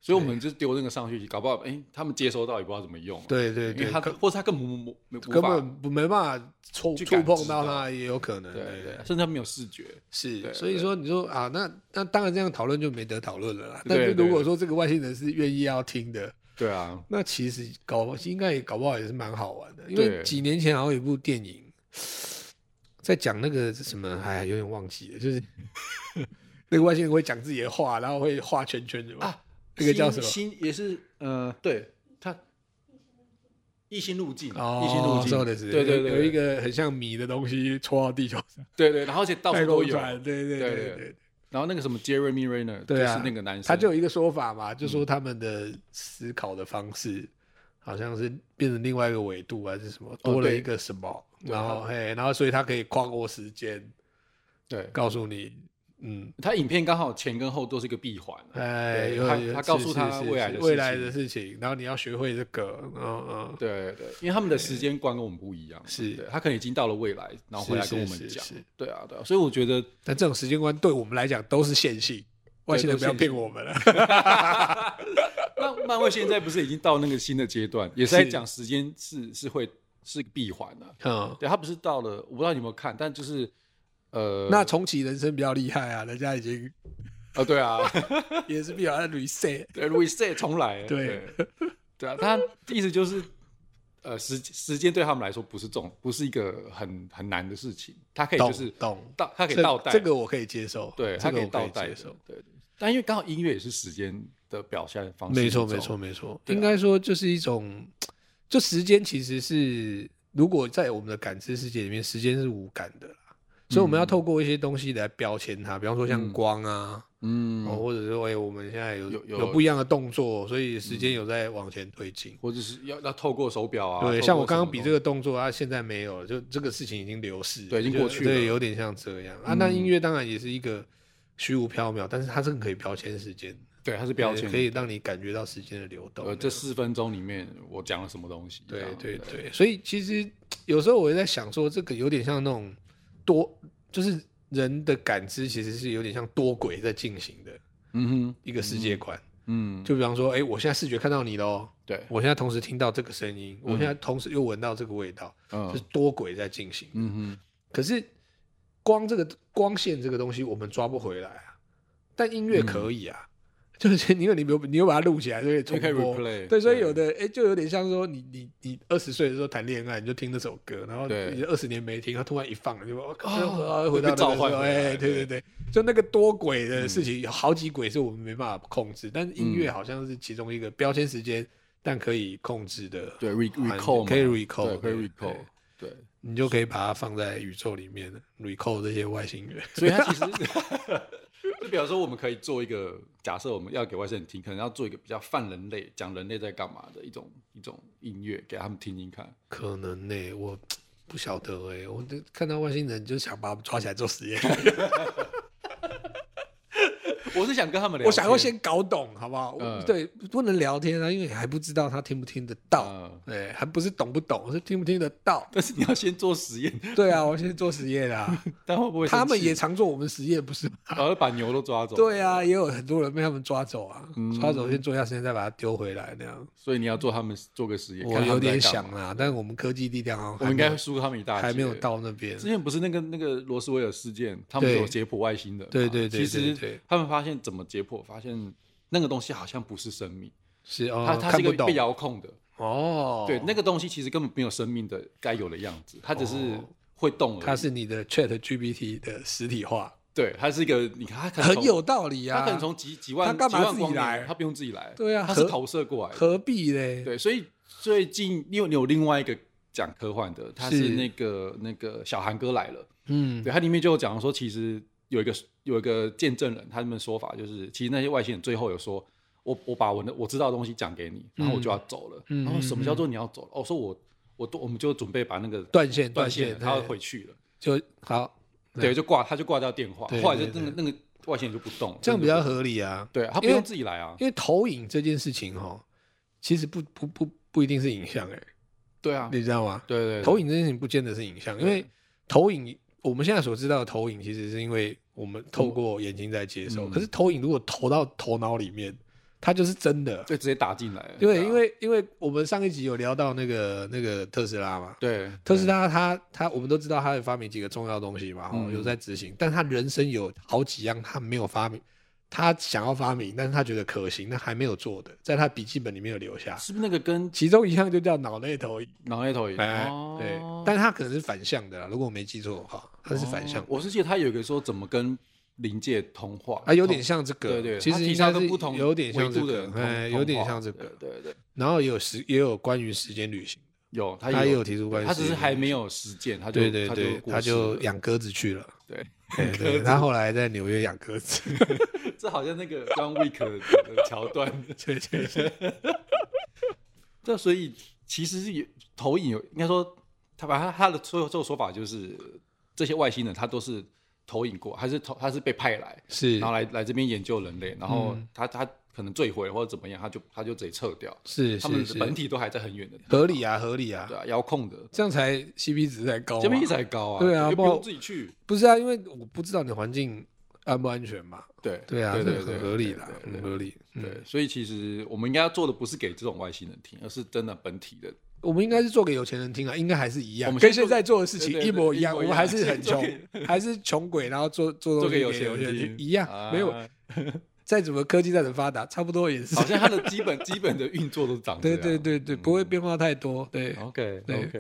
[SPEAKER 1] 所以我们就丢那个上去，搞不好哎，他们接收到也不知道怎么用啊，
[SPEAKER 2] 对对
[SPEAKER 1] 因为
[SPEAKER 2] 对，
[SPEAKER 1] 他
[SPEAKER 2] 根
[SPEAKER 1] 或者他根本没没无
[SPEAKER 2] 根
[SPEAKER 1] 法
[SPEAKER 2] 本不没办法触
[SPEAKER 1] 去
[SPEAKER 2] 触
[SPEAKER 1] 感
[SPEAKER 2] 碰
[SPEAKER 1] 知
[SPEAKER 2] 到
[SPEAKER 1] 到
[SPEAKER 2] 它，也有可能。
[SPEAKER 1] 对
[SPEAKER 2] 对
[SPEAKER 1] 对，甚至他没有视觉，对
[SPEAKER 2] 是，所以
[SPEAKER 1] 对
[SPEAKER 2] 说你说啊，那那当然这样讨论就没得讨论了啦。
[SPEAKER 1] 对
[SPEAKER 2] 但是
[SPEAKER 1] 对
[SPEAKER 2] 如果说这个外星人是愿意要听的，
[SPEAKER 1] 对啊，
[SPEAKER 2] 那其实搞应该也搞不好也是蛮好玩的。因为
[SPEAKER 1] 对
[SPEAKER 2] 几年前好像有一部电影在讲那个什么，哎，有点忘记了，就是 那个外星人会讲自己的话，然后会画圈圈的嘛。
[SPEAKER 1] 啊
[SPEAKER 2] 那个叫什么
[SPEAKER 1] 新新也是呃，对他异星路径，
[SPEAKER 2] 哦，
[SPEAKER 1] 异星路
[SPEAKER 2] そう
[SPEAKER 1] 径，
[SPEAKER 2] です
[SPEAKER 1] 对对
[SPEAKER 2] 有
[SPEAKER 1] 对，
[SPEAKER 2] 有一个很像米的东西戳到地球上，
[SPEAKER 1] 对对，然后而且到
[SPEAKER 2] 太
[SPEAKER 1] 处都
[SPEAKER 2] 空
[SPEAKER 1] 有，
[SPEAKER 2] 船，对
[SPEAKER 1] 对
[SPEAKER 2] 对对
[SPEAKER 1] 对
[SPEAKER 2] 对，
[SPEAKER 1] 然后那个什么 Jeremy Renner，
[SPEAKER 2] 对啊
[SPEAKER 1] 就是那个男生，
[SPEAKER 2] 他就有一个说法
[SPEAKER 1] 嗯
[SPEAKER 2] 嘛，就说他们的思考的方式好像是变成另外一个维度还是什么，多了
[SPEAKER 1] 对
[SPEAKER 2] 一个什么，
[SPEAKER 1] 对
[SPEAKER 2] 然后嘿，然后所以他可以跨过时间，
[SPEAKER 1] 对
[SPEAKER 2] 告诉你，嗯，
[SPEAKER 1] 他影片刚好前跟后都是一个闭环啊、
[SPEAKER 2] 哎，
[SPEAKER 1] 对
[SPEAKER 2] 有
[SPEAKER 1] 他
[SPEAKER 2] 有
[SPEAKER 1] 他
[SPEAKER 2] 是
[SPEAKER 1] 告诉
[SPEAKER 2] 是
[SPEAKER 1] 他
[SPEAKER 2] 是
[SPEAKER 1] 未来
[SPEAKER 2] 是
[SPEAKER 1] 的
[SPEAKER 2] 未
[SPEAKER 1] 事
[SPEAKER 2] 来
[SPEAKER 1] 情
[SPEAKER 2] 的事情，然后你要学会这个，嗯嗯，
[SPEAKER 1] 对对，因为他们的时间观跟我们不一样，
[SPEAKER 2] 是
[SPEAKER 1] 对他可能已经到了未来，然后回来跟我们
[SPEAKER 2] 是是
[SPEAKER 1] 讲
[SPEAKER 2] 是是，
[SPEAKER 1] 对啊对啊，所以我觉得
[SPEAKER 2] 但这种时间观对我们来讲都是线性，外星人不要骗我们了。
[SPEAKER 1] 漫漫威现在不是已经到那个新的阶段，也是在讲时间是是会是闭环的、
[SPEAKER 2] 嗯，
[SPEAKER 1] 对，他不是到了，我不知道你有没有看，但就是呃，
[SPEAKER 2] 那重启人生比较厉害啊，人家已经
[SPEAKER 1] 哦对啊，
[SPEAKER 2] 也是比较 reset，
[SPEAKER 1] 对，reset 重来，
[SPEAKER 2] 对
[SPEAKER 1] 对对啊，他意思就是呃时时间对他们来说不是重，不是一个很很难的事情，他可以就
[SPEAKER 2] 懂
[SPEAKER 1] 是
[SPEAKER 2] 懂，
[SPEAKER 1] 倒，他可以
[SPEAKER 2] 这
[SPEAKER 1] 倒带
[SPEAKER 2] 这个我可以接受，
[SPEAKER 1] 对，
[SPEAKER 2] 这
[SPEAKER 1] 它可
[SPEAKER 2] 个
[SPEAKER 1] 以
[SPEAKER 2] 我可
[SPEAKER 1] 倒
[SPEAKER 2] 以
[SPEAKER 1] 带
[SPEAKER 2] 接
[SPEAKER 1] 的
[SPEAKER 2] 受。。
[SPEAKER 1] 对，但因为刚好音乐也是时间的表现方式
[SPEAKER 2] 没
[SPEAKER 1] 一
[SPEAKER 2] 错，
[SPEAKER 1] 种，
[SPEAKER 2] 没错，没错。
[SPEAKER 1] 对啊
[SPEAKER 2] 应该说就是一种，就时间其实是，如果在我们的感知世界里面，时间是无感的啦。所以我们要透过一些东西来标签它，比方说像
[SPEAKER 1] 嗯
[SPEAKER 2] 光啊，
[SPEAKER 1] 嗯，
[SPEAKER 2] 哦，或者是哎、我们现在有
[SPEAKER 1] 有有
[SPEAKER 2] 不一样的动作，所以时间有在往前推进。
[SPEAKER 1] 或者是要要透过手表啊，
[SPEAKER 2] 对，
[SPEAKER 1] 透
[SPEAKER 2] 像
[SPEAKER 1] 过
[SPEAKER 2] 我刚
[SPEAKER 1] 什
[SPEAKER 2] 刚
[SPEAKER 1] 么
[SPEAKER 2] 比
[SPEAKER 1] 东
[SPEAKER 2] 这个动作，它、啊现在没有了，就这个事情已经流逝了，
[SPEAKER 1] 对已经
[SPEAKER 2] 就
[SPEAKER 1] 过去了嗯
[SPEAKER 2] 对，有点像这样啊。那音乐当然也是一个虚无缥缈，但是它这个可以标签时间，
[SPEAKER 1] 西，对，它是标
[SPEAKER 2] 对
[SPEAKER 1] 签，
[SPEAKER 2] 可以让你感觉到时间的流动。
[SPEAKER 1] 呃，这四分钟里面我讲了什么东西？这
[SPEAKER 2] 对
[SPEAKER 1] 样
[SPEAKER 2] 对，对，所以其实有时候我也在想说，这个有点像那种多，就是人的感知其实是有点像多轨在进行的
[SPEAKER 1] 嗯哼，
[SPEAKER 2] 一个世界观。
[SPEAKER 1] 嗯，
[SPEAKER 2] 就比方说，哎、我现在视觉看到你喽，
[SPEAKER 1] 对，
[SPEAKER 2] 我现在同时听到这个声音，我现在同时又闻到这个味道，
[SPEAKER 1] 嗯
[SPEAKER 2] 就是多轨在进行。
[SPEAKER 1] 嗯
[SPEAKER 2] 可是光这个光线这个东西，我们抓不回来啊，但音
[SPEAKER 1] 嗯
[SPEAKER 2] 乐可以啊。 就是因为你没有，你又把它录起来，所以重
[SPEAKER 1] 可以
[SPEAKER 2] 播。
[SPEAKER 1] replay
[SPEAKER 2] 对，所以
[SPEAKER 1] 对
[SPEAKER 2] 有的哎、诶就有点像说你你你二十岁的时候谈恋爱，你就听这首歌，然后
[SPEAKER 1] 对
[SPEAKER 2] 你二十年没听，它突然一放，你就我靠，
[SPEAKER 1] 哦
[SPEAKER 2] 又回到
[SPEAKER 1] 会被
[SPEAKER 2] 回到那个
[SPEAKER 1] 召
[SPEAKER 2] 时候
[SPEAKER 1] 唤回
[SPEAKER 2] 哎、
[SPEAKER 1] 来嗯
[SPEAKER 2] 对对对，就那个多轨的事情，有好几轨是我们没办法控制，但是音乐好像是其中一个标签时间，但可以控制的。
[SPEAKER 1] 哼，对，re
[SPEAKER 2] 环
[SPEAKER 1] recall 嘛
[SPEAKER 2] 可以 recall，
[SPEAKER 1] 对，可
[SPEAKER 2] 对
[SPEAKER 1] 以 recall，
[SPEAKER 2] 对
[SPEAKER 1] 对，
[SPEAKER 2] 你就可以把它放在宇宙里面 recall 这些外星人。
[SPEAKER 1] 所以它其实 就比方说，我们可以做一个假设，我们要给外星人听，可能要做一个比较泛人类，讲人类在干嘛的一种一种音乐，给他们听听看。
[SPEAKER 2] 可能呢、我不晓得哎、我就看到外星人就想把我们抓起来做实验。
[SPEAKER 1] 我是想跟他们聊天，
[SPEAKER 2] 我想要先搞懂，好不好？我
[SPEAKER 1] 嗯
[SPEAKER 2] 对，不能聊天啊，因为你还不知道他听不听得到，
[SPEAKER 1] 嗯。
[SPEAKER 2] 对，还不是懂不懂，是听不听得到
[SPEAKER 1] 但是你要先做实验，
[SPEAKER 2] 对 啊，我先做实验啦。
[SPEAKER 1] 但会不会生气
[SPEAKER 2] 他们也常做我们实验，不是吗？
[SPEAKER 1] 然后把牛都抓走？
[SPEAKER 2] 对，啊，也有很多人被他们抓走啊，
[SPEAKER 1] 嗯
[SPEAKER 2] 抓走先做一下实验，再把它丢回来那样。
[SPEAKER 1] 所以你要做他们做个实验。
[SPEAKER 2] 我
[SPEAKER 1] 看他
[SPEAKER 2] 有
[SPEAKER 1] 们在
[SPEAKER 2] 点
[SPEAKER 1] 干嘛
[SPEAKER 2] 想，啦，但是我们科技力量好像
[SPEAKER 1] 我
[SPEAKER 2] 还
[SPEAKER 1] 们应
[SPEAKER 2] 没
[SPEAKER 1] 该
[SPEAKER 2] 有
[SPEAKER 1] 会输他们一大截。
[SPEAKER 2] 还没有。到那边
[SPEAKER 1] 之。前不是那个那个罗斯威尔事件，他们
[SPEAKER 2] 对
[SPEAKER 1] 有解剖外星人嘛。
[SPEAKER 2] 对对对
[SPEAKER 1] 其
[SPEAKER 2] 对对
[SPEAKER 1] 实他们发现怎么解剖，发现那个东西好像不是生命，
[SPEAKER 2] 是哦，
[SPEAKER 1] 它它
[SPEAKER 2] 看
[SPEAKER 1] 是一
[SPEAKER 2] 不
[SPEAKER 1] 个
[SPEAKER 2] 懂
[SPEAKER 1] 被遥控的。
[SPEAKER 2] 哦，
[SPEAKER 1] 对，那个东西其实根本没有生命的该有的样子，它只是会动而已。
[SPEAKER 2] 哦它是你的 Chat GPT 的实体化，
[SPEAKER 1] 对，它是一个你看它可能
[SPEAKER 2] 很
[SPEAKER 1] 从
[SPEAKER 2] 有道理啊。
[SPEAKER 1] 它可能从几几万
[SPEAKER 2] 它干嘛
[SPEAKER 1] 几万
[SPEAKER 2] 自己
[SPEAKER 1] 光年
[SPEAKER 2] 来
[SPEAKER 1] 它不用自己来。
[SPEAKER 2] 对啊
[SPEAKER 1] 它是
[SPEAKER 2] 和
[SPEAKER 1] 投射过来的。
[SPEAKER 2] 何必嘞？
[SPEAKER 1] 对，所以最近你有你有另外一个讲科幻的，他
[SPEAKER 2] 是
[SPEAKER 1] 是那个那个小韩哥来了，
[SPEAKER 2] 嗯，
[SPEAKER 1] 对，它里面就有讲说，其实有一个有一个见证人，他们说法就是，其实那些外星人最后有说，我我把我的我知道的东西讲给你，然后我就要走了，
[SPEAKER 2] 嗯
[SPEAKER 1] 然后什么叫做你要走了？哦，说我我都我们就准备把那个
[SPEAKER 2] 断线断
[SPEAKER 1] 断
[SPEAKER 2] 线
[SPEAKER 1] 线，，他要
[SPEAKER 2] 对
[SPEAKER 1] 回去了，
[SPEAKER 2] 就好，
[SPEAKER 1] 对，就挂他就挂掉电话，
[SPEAKER 2] 对
[SPEAKER 1] 后来就
[SPEAKER 2] 对
[SPEAKER 1] 那个那个外星人就不动了，
[SPEAKER 2] 这样比
[SPEAKER 1] 真的
[SPEAKER 2] 较合理啊。
[SPEAKER 1] 不对，他不
[SPEAKER 2] 因为
[SPEAKER 1] 用自己来啊，
[SPEAKER 2] 因为投影这件事情哦，其实不不不不一定是影像哎、
[SPEAKER 1] 对啊，对
[SPEAKER 2] 你知道吗？
[SPEAKER 1] 对对
[SPEAKER 2] 投影这件事情不见得是影像，因为投影我们现在所知道的投影，其实是因为我们透过眼睛在接受。
[SPEAKER 1] 嗯
[SPEAKER 2] 可是投影如果投到头脑里面，它就是真的。
[SPEAKER 1] 就直接打进来了，
[SPEAKER 2] 对，
[SPEAKER 1] 啊
[SPEAKER 2] 因为因为我们上一集有聊到那个那个特斯拉嘛，
[SPEAKER 1] 对
[SPEAKER 2] 特斯拉它它我们都知道它有发明几个重要东西嘛，哦，
[SPEAKER 1] 嗯
[SPEAKER 2] 有在执行，但它人生有好几样它没有发明，它想要发明，但是它觉得可行，但还没有做的，在它笔记本里面有留下，
[SPEAKER 1] 是不是那个跟
[SPEAKER 2] 其中一项就叫脑内投影，
[SPEAKER 1] 脑袋投影？
[SPEAKER 2] 哎，
[SPEAKER 1] 哦
[SPEAKER 2] 对，但它可能是反向的啦，如果我没记错的话，它是反向
[SPEAKER 1] 哦，我是记得他有一个说怎么跟灵界通话
[SPEAKER 2] 啊，有点像这
[SPEAKER 1] 对
[SPEAKER 2] 个，
[SPEAKER 1] 对，
[SPEAKER 2] 其
[SPEAKER 1] 他
[SPEAKER 2] 实
[SPEAKER 1] 提
[SPEAKER 2] 应
[SPEAKER 1] 到
[SPEAKER 2] 该
[SPEAKER 1] 跟
[SPEAKER 2] 是
[SPEAKER 1] 不同
[SPEAKER 2] 有点像
[SPEAKER 1] 维
[SPEAKER 2] 这
[SPEAKER 1] 度的
[SPEAKER 2] 个
[SPEAKER 1] 人，通
[SPEAKER 2] 哎，
[SPEAKER 1] 通
[SPEAKER 2] 有点
[SPEAKER 1] 话
[SPEAKER 2] 像这个，
[SPEAKER 1] 对对对，
[SPEAKER 2] 然后也有时也有关于时间旅行，
[SPEAKER 1] 有他
[SPEAKER 2] 他也
[SPEAKER 1] 也
[SPEAKER 2] 有提出关系，
[SPEAKER 1] 他只是还没有实践，他就
[SPEAKER 2] 对对对，
[SPEAKER 1] 他
[SPEAKER 2] 他
[SPEAKER 1] 就
[SPEAKER 2] 就养鸽子去了。
[SPEAKER 1] 对，
[SPEAKER 2] 对对，他后来在纽约养鸽子。
[SPEAKER 1] 这好像那个 John Wick 的的桥段。
[SPEAKER 2] 对对对，
[SPEAKER 1] 这所以其实是有投影有，应该说他把他他的所有这个说法就是这些外星人他都是投影过，他是投他是被派来，
[SPEAKER 2] 是嗯
[SPEAKER 1] 然后来来这边研究人类，然后他、他可能坠毁或者怎么样，他就他就直接撤掉，
[SPEAKER 2] 是
[SPEAKER 1] 他们
[SPEAKER 2] 是
[SPEAKER 1] 的本
[SPEAKER 2] 是，
[SPEAKER 1] 体都还在很远的地方，
[SPEAKER 2] 合理啊合理啊
[SPEAKER 1] 对，啊，遥控的，
[SPEAKER 2] 这样才 CP 值才高啊。
[SPEAKER 1] 这边一直还高啊，
[SPEAKER 2] 对啊
[SPEAKER 1] 又
[SPEAKER 2] 不
[SPEAKER 1] 不
[SPEAKER 2] 好
[SPEAKER 1] 用自己去，
[SPEAKER 2] 不是啊，因为我不知道你的环境安不安全嘛。
[SPEAKER 1] 对
[SPEAKER 2] 对啊，
[SPEAKER 1] 对
[SPEAKER 2] 这
[SPEAKER 1] 对
[SPEAKER 2] 很
[SPEAKER 1] 对，
[SPEAKER 2] 合理啦，
[SPEAKER 1] 对
[SPEAKER 2] 很
[SPEAKER 1] 对
[SPEAKER 2] 合理。嗯
[SPEAKER 1] 对，所以其实我们应该要做的不是给这种外星人听，而是真的本体的。
[SPEAKER 2] 我们应该是做给有钱人听啊，应该还是一样
[SPEAKER 1] 我，们
[SPEAKER 2] 跟
[SPEAKER 1] 先
[SPEAKER 2] 现在做的事情
[SPEAKER 1] 对对
[SPEAKER 2] 一模
[SPEAKER 1] 对
[SPEAKER 2] 一样。
[SPEAKER 1] 一
[SPEAKER 2] 我
[SPEAKER 1] 模一
[SPEAKER 2] 们
[SPEAKER 1] 样
[SPEAKER 2] 还是
[SPEAKER 1] 先
[SPEAKER 2] 很
[SPEAKER 1] 做
[SPEAKER 2] 穷
[SPEAKER 1] 给，
[SPEAKER 2] 还是穷鬼，然后做做
[SPEAKER 1] 做
[SPEAKER 2] 东
[SPEAKER 1] 给
[SPEAKER 2] 西给
[SPEAKER 1] 有
[SPEAKER 2] 有
[SPEAKER 1] 钱人
[SPEAKER 2] 人
[SPEAKER 1] 听
[SPEAKER 2] 听一样，
[SPEAKER 1] 啊
[SPEAKER 2] 没有。再怎么科技再怎么发达，差不多也是
[SPEAKER 1] 好。像啊嗯它的 基本基本的运作都是长这
[SPEAKER 2] 对
[SPEAKER 1] 样。
[SPEAKER 2] 对对对，不会变化太多。对
[SPEAKER 1] OK
[SPEAKER 2] 对
[SPEAKER 1] OK，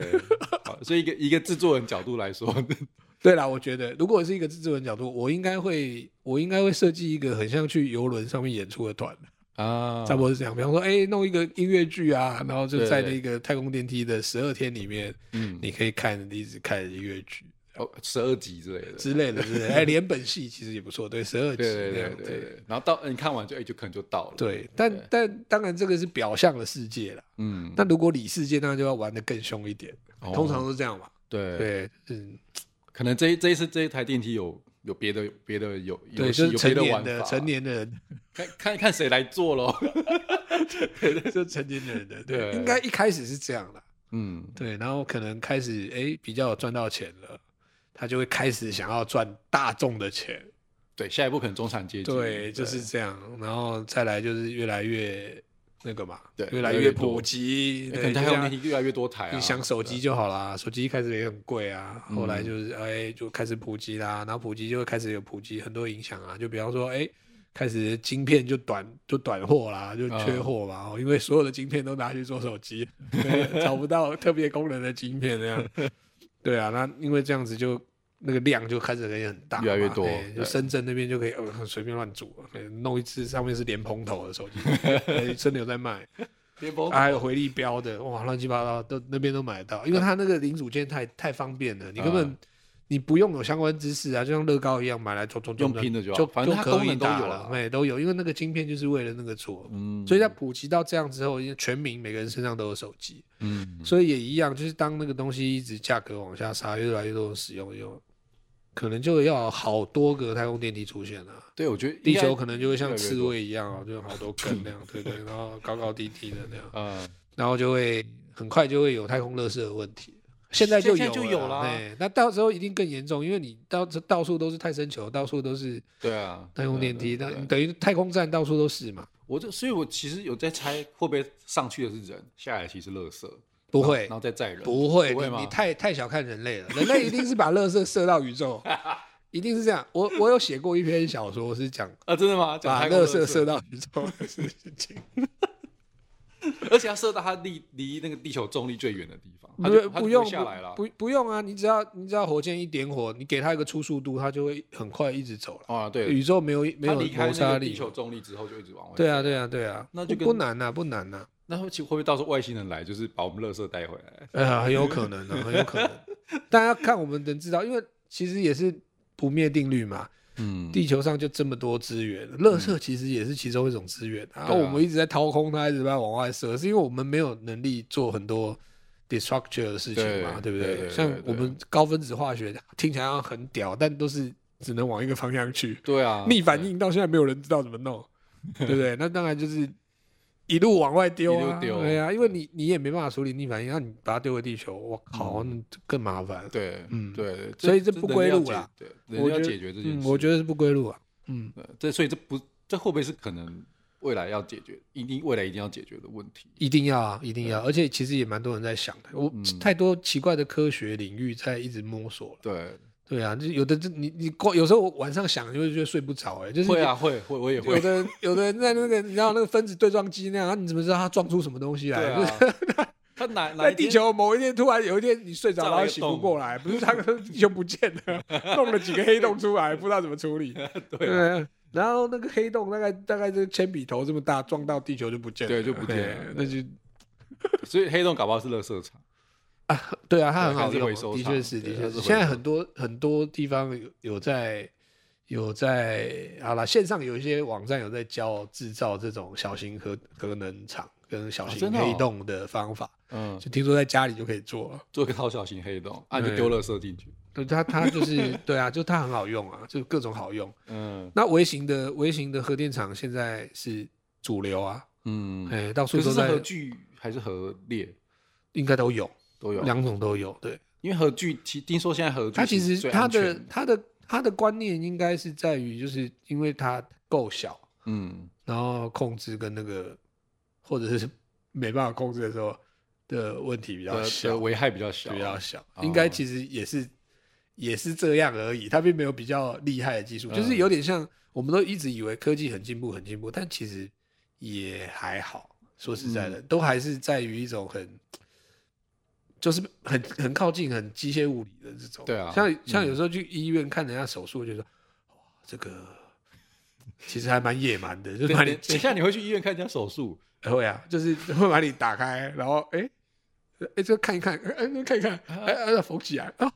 [SPEAKER 1] 好，所以一个一个制作人角度来说，
[SPEAKER 2] 对啦，我觉得如果是一个制作人角度，我应该会，我应该会设计一个很像去游轮上面演出的团，
[SPEAKER 1] 啊
[SPEAKER 2] 差不多是这样。比方说，哎，弄一个音乐剧啊，然后就
[SPEAKER 1] 对
[SPEAKER 2] 在
[SPEAKER 1] 对
[SPEAKER 2] 那个太空电梯的十二天里面，
[SPEAKER 1] 嗯，
[SPEAKER 2] 你可以看一直看音乐剧。
[SPEAKER 1] 哦，十二集之类的，
[SPEAKER 2] 之类的，之类 的。哎，连本戏其实也不错，对，十二集
[SPEAKER 1] 对
[SPEAKER 2] 那
[SPEAKER 1] 对对
[SPEAKER 2] 样，
[SPEAKER 1] 对对。然后到你看完就哎，就可能就到了。，
[SPEAKER 2] 对。但但当然，这个是表象的世界啦。
[SPEAKER 1] 嗯，
[SPEAKER 2] 那如果里世界，那就要玩的更凶一点，
[SPEAKER 1] 哦
[SPEAKER 2] 通常都这样嘛。
[SPEAKER 1] 对，
[SPEAKER 2] 对，嗯，
[SPEAKER 1] 可能这一这一次这一台电梯有有别的别的有
[SPEAKER 2] 对，
[SPEAKER 1] 游戏
[SPEAKER 2] 就是
[SPEAKER 1] 有别
[SPEAKER 2] 成
[SPEAKER 1] 的
[SPEAKER 2] 年
[SPEAKER 1] 玩
[SPEAKER 2] 的
[SPEAKER 1] 法，
[SPEAKER 2] 成年的人，
[SPEAKER 1] 看看看谁来做咯。
[SPEAKER 2] 就成年的人的，对，
[SPEAKER 1] 对
[SPEAKER 2] 应该一开始是这样啦。
[SPEAKER 1] 嗯，
[SPEAKER 2] 对，然后可能开始哎比较有赚到钱了，他就会开始想要赚大众的钱，
[SPEAKER 1] 对，下一步可能中产阶级，哎
[SPEAKER 2] 对，就是这样，然后再来就是越来越那个嘛，
[SPEAKER 1] 对
[SPEAKER 2] 越来
[SPEAKER 1] 越来
[SPEAKER 2] 越
[SPEAKER 1] 越多
[SPEAKER 2] 普及，
[SPEAKER 1] 哎
[SPEAKER 2] 对
[SPEAKER 1] 可能
[SPEAKER 2] 就
[SPEAKER 1] 台湾
[SPEAKER 2] 像
[SPEAKER 1] 电梯越来越多台啊，
[SPEAKER 2] 你想手机就好啦，手机一开始也很贵啊，
[SPEAKER 1] 嗯
[SPEAKER 2] 后来就是哎、就开始普及啦，然后普及就会开始有普及很多影响啊，就比方说哎、开始晶片就短就短货啦，就缺货嘛、
[SPEAKER 1] 嗯
[SPEAKER 2] 哦因为所有的晶片都拿去做 手机，找不到特别功能的晶片那样。对啊，那因为这样子就那个量就开始也很大嘛，
[SPEAKER 1] 越来越多
[SPEAKER 2] 哎就
[SPEAKER 1] 对
[SPEAKER 2] 深圳那边就可以呃随便乱组，哎弄一只上面是莲蓬头 的手机，哎真的有在卖。
[SPEAKER 1] 巅峰
[SPEAKER 2] 啊还有回力标的，哇，乱七八糟都那边都买得到，
[SPEAKER 1] 嗯
[SPEAKER 2] 因为它那个零组件太太方便了，你根本、
[SPEAKER 1] 啊
[SPEAKER 2] 你不用有相关知识啊，就像乐高一样买来装装装
[SPEAKER 1] 用拼的就好
[SPEAKER 2] 就
[SPEAKER 1] 反正它
[SPEAKER 2] 就可以
[SPEAKER 1] 功能都
[SPEAKER 2] 打
[SPEAKER 1] 有了，
[SPEAKER 2] 了哎，都有，因为那个晶片就是为了那个做。
[SPEAKER 1] 嗯，
[SPEAKER 2] 所以在普及到这样之后，因为全民每个人身上都有手机，
[SPEAKER 1] 嗯，
[SPEAKER 2] 所以也一样，就是当那个东西一直价格往下杀，越来越多人使用，用可能就要好多个太空电梯出现了、
[SPEAKER 1] 对，我觉得
[SPEAKER 2] 地
[SPEAKER 1] 应该
[SPEAKER 2] 球可能就会像
[SPEAKER 1] 越来越
[SPEAKER 2] 刺
[SPEAKER 1] 多嗯
[SPEAKER 2] 猬一样哦，就有好多根那样，对对，然后高高低低的那样。
[SPEAKER 1] 呃，
[SPEAKER 2] 然后就会很快就会有太空垃圾的问题。现在就有
[SPEAKER 1] 现在就有
[SPEAKER 2] 了
[SPEAKER 1] 啦
[SPEAKER 2] 啦，哎那到时候一定更严重，因为你到到处都是太深球，到处都是
[SPEAKER 1] 对啊，
[SPEAKER 2] 太空电梯，
[SPEAKER 1] 对
[SPEAKER 2] 那
[SPEAKER 1] 对对
[SPEAKER 2] 等于太空站到处都是嘛？
[SPEAKER 1] 我这，所以我其实有在猜，会不会上去的是人，下来其实是垃圾，
[SPEAKER 2] 不会
[SPEAKER 1] 然，后再载人，
[SPEAKER 2] 不会，
[SPEAKER 1] 不会
[SPEAKER 2] 你你
[SPEAKER 1] 吗？
[SPEAKER 2] 太太小看人类了，人类一定是把垃圾射到宇 宙，一定是这样。我我有写过一篇小说，是讲
[SPEAKER 1] 啊，真的吗？讲
[SPEAKER 2] 把
[SPEAKER 1] 太空
[SPEAKER 2] 垃
[SPEAKER 1] 垃
[SPEAKER 2] 圾射，到宇宙的事情。
[SPEAKER 1] 而且要射到它离离那个地球重力最远的地方， 它
[SPEAKER 2] 不
[SPEAKER 1] 就它就
[SPEAKER 2] 不用
[SPEAKER 1] 下来了。
[SPEAKER 2] 不不不用啊！你只要你只要火箭一点火，你给它一个初速度，它就会很快一直走了。
[SPEAKER 1] 啊，对，
[SPEAKER 2] 宇宙没有没
[SPEAKER 1] 它
[SPEAKER 2] 有
[SPEAKER 1] 离开
[SPEAKER 2] 摩
[SPEAKER 1] 那
[SPEAKER 2] 擦
[SPEAKER 1] 个地
[SPEAKER 2] 力，
[SPEAKER 1] 球重力之后就一直往外。
[SPEAKER 2] 对，啊，对啊，对啊，
[SPEAKER 1] 那就
[SPEAKER 2] 不
[SPEAKER 1] 跟
[SPEAKER 2] 不难呐、不难啊呐、
[SPEAKER 1] 那会会不会到时候外星人来，就是把我们垃圾带回来？
[SPEAKER 2] 哎呀，很有可能 啊，很有可能。大家看我们能知道，因为其实也是不灭定律嘛，
[SPEAKER 1] 嗯，
[SPEAKER 2] 地球上就这么多资源，垃圾其实也是其中一种资源、然后
[SPEAKER 1] 对
[SPEAKER 2] 我
[SPEAKER 1] 啊
[SPEAKER 2] 们一直在掏空它，一直在往外射，是因为我们没有能力做很多 destructure 的事情嘛，
[SPEAKER 1] 对
[SPEAKER 2] 不
[SPEAKER 1] 对对对
[SPEAKER 2] 像
[SPEAKER 1] 对
[SPEAKER 2] 我们高分子化学听起来好像很屌，但都是只能往一个方向去。
[SPEAKER 1] 对啊，
[SPEAKER 2] 逆反应到现在没有人知道怎么弄，对不对？那当然就是一路往外丢
[SPEAKER 1] 一
[SPEAKER 2] 啊，
[SPEAKER 1] 路丢
[SPEAKER 2] 对啊，因为你你也没办法处理逆反应，那你把它丢回地球，我
[SPEAKER 1] 嗯
[SPEAKER 2] 靠，那更麻烦。
[SPEAKER 1] 对，嗯，
[SPEAKER 2] 嗯
[SPEAKER 1] 对，
[SPEAKER 2] 所以这不归路啦
[SPEAKER 1] 了。对，人
[SPEAKER 2] 觉
[SPEAKER 1] 要
[SPEAKER 2] 得
[SPEAKER 1] 解决这件
[SPEAKER 2] 嗯
[SPEAKER 1] 事。
[SPEAKER 2] 我觉得是不归路啊。嗯，
[SPEAKER 1] 对，这所以这不，这会不会是可能未来要解决，一定未来一定要解决的问题？
[SPEAKER 2] 一定要啊，一定要，而且其实也蛮多人在想的，我
[SPEAKER 1] 嗯
[SPEAKER 2] 太多奇怪的科学领域在一直摸索了。
[SPEAKER 1] 对，
[SPEAKER 2] 对啊，就有的就你你光有时候我晚上想就会觉得睡不着，哎，就是
[SPEAKER 1] 会啊，会会，我也
[SPEAKER 2] 有
[SPEAKER 1] 会。
[SPEAKER 2] 的人有的人在那个你知道那个分子对撞机那样，啊你怎么知道它撞出什么东西来？
[SPEAKER 1] 对
[SPEAKER 2] 就是
[SPEAKER 1] 啊， 他哪哪
[SPEAKER 2] 在
[SPEAKER 1] 一
[SPEAKER 2] 地
[SPEAKER 1] 天
[SPEAKER 2] 球某一天突然有一天你睡着，
[SPEAKER 1] 造
[SPEAKER 2] 然
[SPEAKER 1] 了
[SPEAKER 2] 后
[SPEAKER 1] 一个
[SPEAKER 2] 醒不
[SPEAKER 1] 洞
[SPEAKER 2] 过来，不是他可能地球不见 了，弄了几个黑洞出来，不知道怎么处理。
[SPEAKER 1] 对啊
[SPEAKER 2] 啊，然后那个黑洞大概大概这铅笔头这么大，撞到地球就不见了，
[SPEAKER 1] 对就不见了
[SPEAKER 2] 对那就
[SPEAKER 1] 所以黑洞搞不好是垃圾场，
[SPEAKER 2] 啊，对啊，它很
[SPEAKER 1] 对还
[SPEAKER 2] 好
[SPEAKER 1] 是
[SPEAKER 2] 用
[SPEAKER 1] 回
[SPEAKER 2] 哦，
[SPEAKER 1] 收
[SPEAKER 2] 的
[SPEAKER 1] 厂
[SPEAKER 2] 确是，
[SPEAKER 1] 对
[SPEAKER 2] 的
[SPEAKER 1] 它
[SPEAKER 2] 确
[SPEAKER 1] 是
[SPEAKER 2] 是。
[SPEAKER 1] 回
[SPEAKER 2] 现在
[SPEAKER 1] 收
[SPEAKER 2] 很多很多地方有有在有在好啦，线上有一些网站有在教制造这种小型核核能厂跟小
[SPEAKER 1] 哦
[SPEAKER 2] 型
[SPEAKER 1] 真的哦
[SPEAKER 2] 黑洞的方法，
[SPEAKER 1] 嗯，
[SPEAKER 2] 就听说在家里就可以做了。
[SPEAKER 1] 做一个超小型黑洞，啊，你就
[SPEAKER 2] 对
[SPEAKER 1] 丢垃圾进去。
[SPEAKER 2] 对，它它就是对啊，就它很好用啊，就各种好用。
[SPEAKER 1] 嗯
[SPEAKER 2] 那微型的微型的核电厂现在是主流啊，
[SPEAKER 1] 嗯，
[SPEAKER 2] 哎、到处
[SPEAKER 1] 可
[SPEAKER 2] 都
[SPEAKER 1] 是是
[SPEAKER 2] 在，
[SPEAKER 1] 核聚还是核裂
[SPEAKER 2] 应该都有，
[SPEAKER 1] 都有，
[SPEAKER 2] 两种都有。对，
[SPEAKER 1] 因为核聚其听说现在核聚
[SPEAKER 2] 它其
[SPEAKER 1] 是
[SPEAKER 2] 实
[SPEAKER 1] 最
[SPEAKER 2] 它
[SPEAKER 1] 安
[SPEAKER 2] 的
[SPEAKER 1] 全
[SPEAKER 2] 它的它的观念应该是在于，就是因为它够小，
[SPEAKER 1] 嗯
[SPEAKER 2] 然后控制跟那个或者是没办法控制的时候的问题比较
[SPEAKER 1] 的
[SPEAKER 2] 小
[SPEAKER 1] 的，危害比较小，
[SPEAKER 2] 比较小，啊
[SPEAKER 1] 哦
[SPEAKER 2] 应该其实也是也是这样而已，它并没有比较厉害的技术，
[SPEAKER 1] 嗯
[SPEAKER 2] 就是有点像我们都一直以为科技很进步很进步，但其实也还好，说实在的，
[SPEAKER 1] 嗯
[SPEAKER 2] 都还是在于一种很。就是很很靠近很机械物理的这种，
[SPEAKER 1] 对啊
[SPEAKER 2] 像
[SPEAKER 1] 嗯
[SPEAKER 2] 像有时候去医院看人家手术，就说、哇，这个其实还蛮野蛮的，就是
[SPEAKER 1] 等
[SPEAKER 2] 把
[SPEAKER 1] 等
[SPEAKER 2] 你
[SPEAKER 1] 等一下，你会去医院看人家手术？
[SPEAKER 2] 会啊，就是 会把你打开，然后哎哎、诶这个看一看，哎、这个看一看，哎、哎，缝起来啊，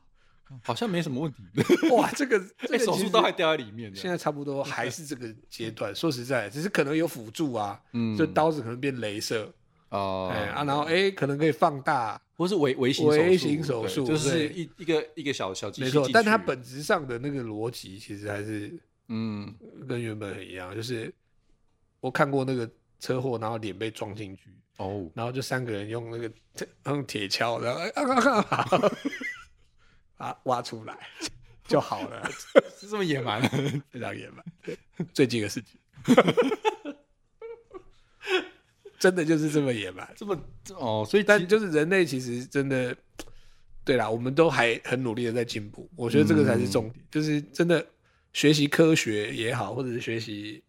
[SPEAKER 1] 好像没什么问题。
[SPEAKER 2] 哇，这个这
[SPEAKER 1] 哎，
[SPEAKER 2] 个
[SPEAKER 1] 手
[SPEAKER 2] 其
[SPEAKER 1] 术
[SPEAKER 2] 实
[SPEAKER 1] 刀还掉在里面
[SPEAKER 2] 现
[SPEAKER 1] 呢。
[SPEAKER 2] 在差不多还是这个阶段。说实在，只是可能有辅助啊，
[SPEAKER 1] 嗯
[SPEAKER 2] 就刀子可能变镭射，
[SPEAKER 1] 哦
[SPEAKER 2] 哎、啊，然后哎、可能可以放大，
[SPEAKER 1] 或是微微型
[SPEAKER 2] 微型手
[SPEAKER 1] 对
[SPEAKER 2] 术
[SPEAKER 1] 就是
[SPEAKER 2] 对
[SPEAKER 1] 一一个一个小小机器
[SPEAKER 2] 没
[SPEAKER 1] 进
[SPEAKER 2] 错
[SPEAKER 1] 去。，
[SPEAKER 2] 但它本质上的那个逻辑其实还是
[SPEAKER 1] 嗯
[SPEAKER 2] 跟原本很一样，就是我看过那个车祸，然后脸被撞进去，
[SPEAKER 1] 哦，
[SPEAKER 2] 然后就三个人用那个 用铁锹，然后哎啊啊 啊啊，啊挖出来就好了，
[SPEAKER 1] 是这么野蛮。啊
[SPEAKER 2] 非常野蛮。最近的事情， 真的就是这么野蛮。
[SPEAKER 1] 这么这哦，所以
[SPEAKER 2] 但
[SPEAKER 1] 其
[SPEAKER 2] 就是人类其实真的，对啦，我们都还很努力的在进步，我觉得这个才是重
[SPEAKER 1] 嗯
[SPEAKER 2] 点，就是真的学习科学也好，或者是学习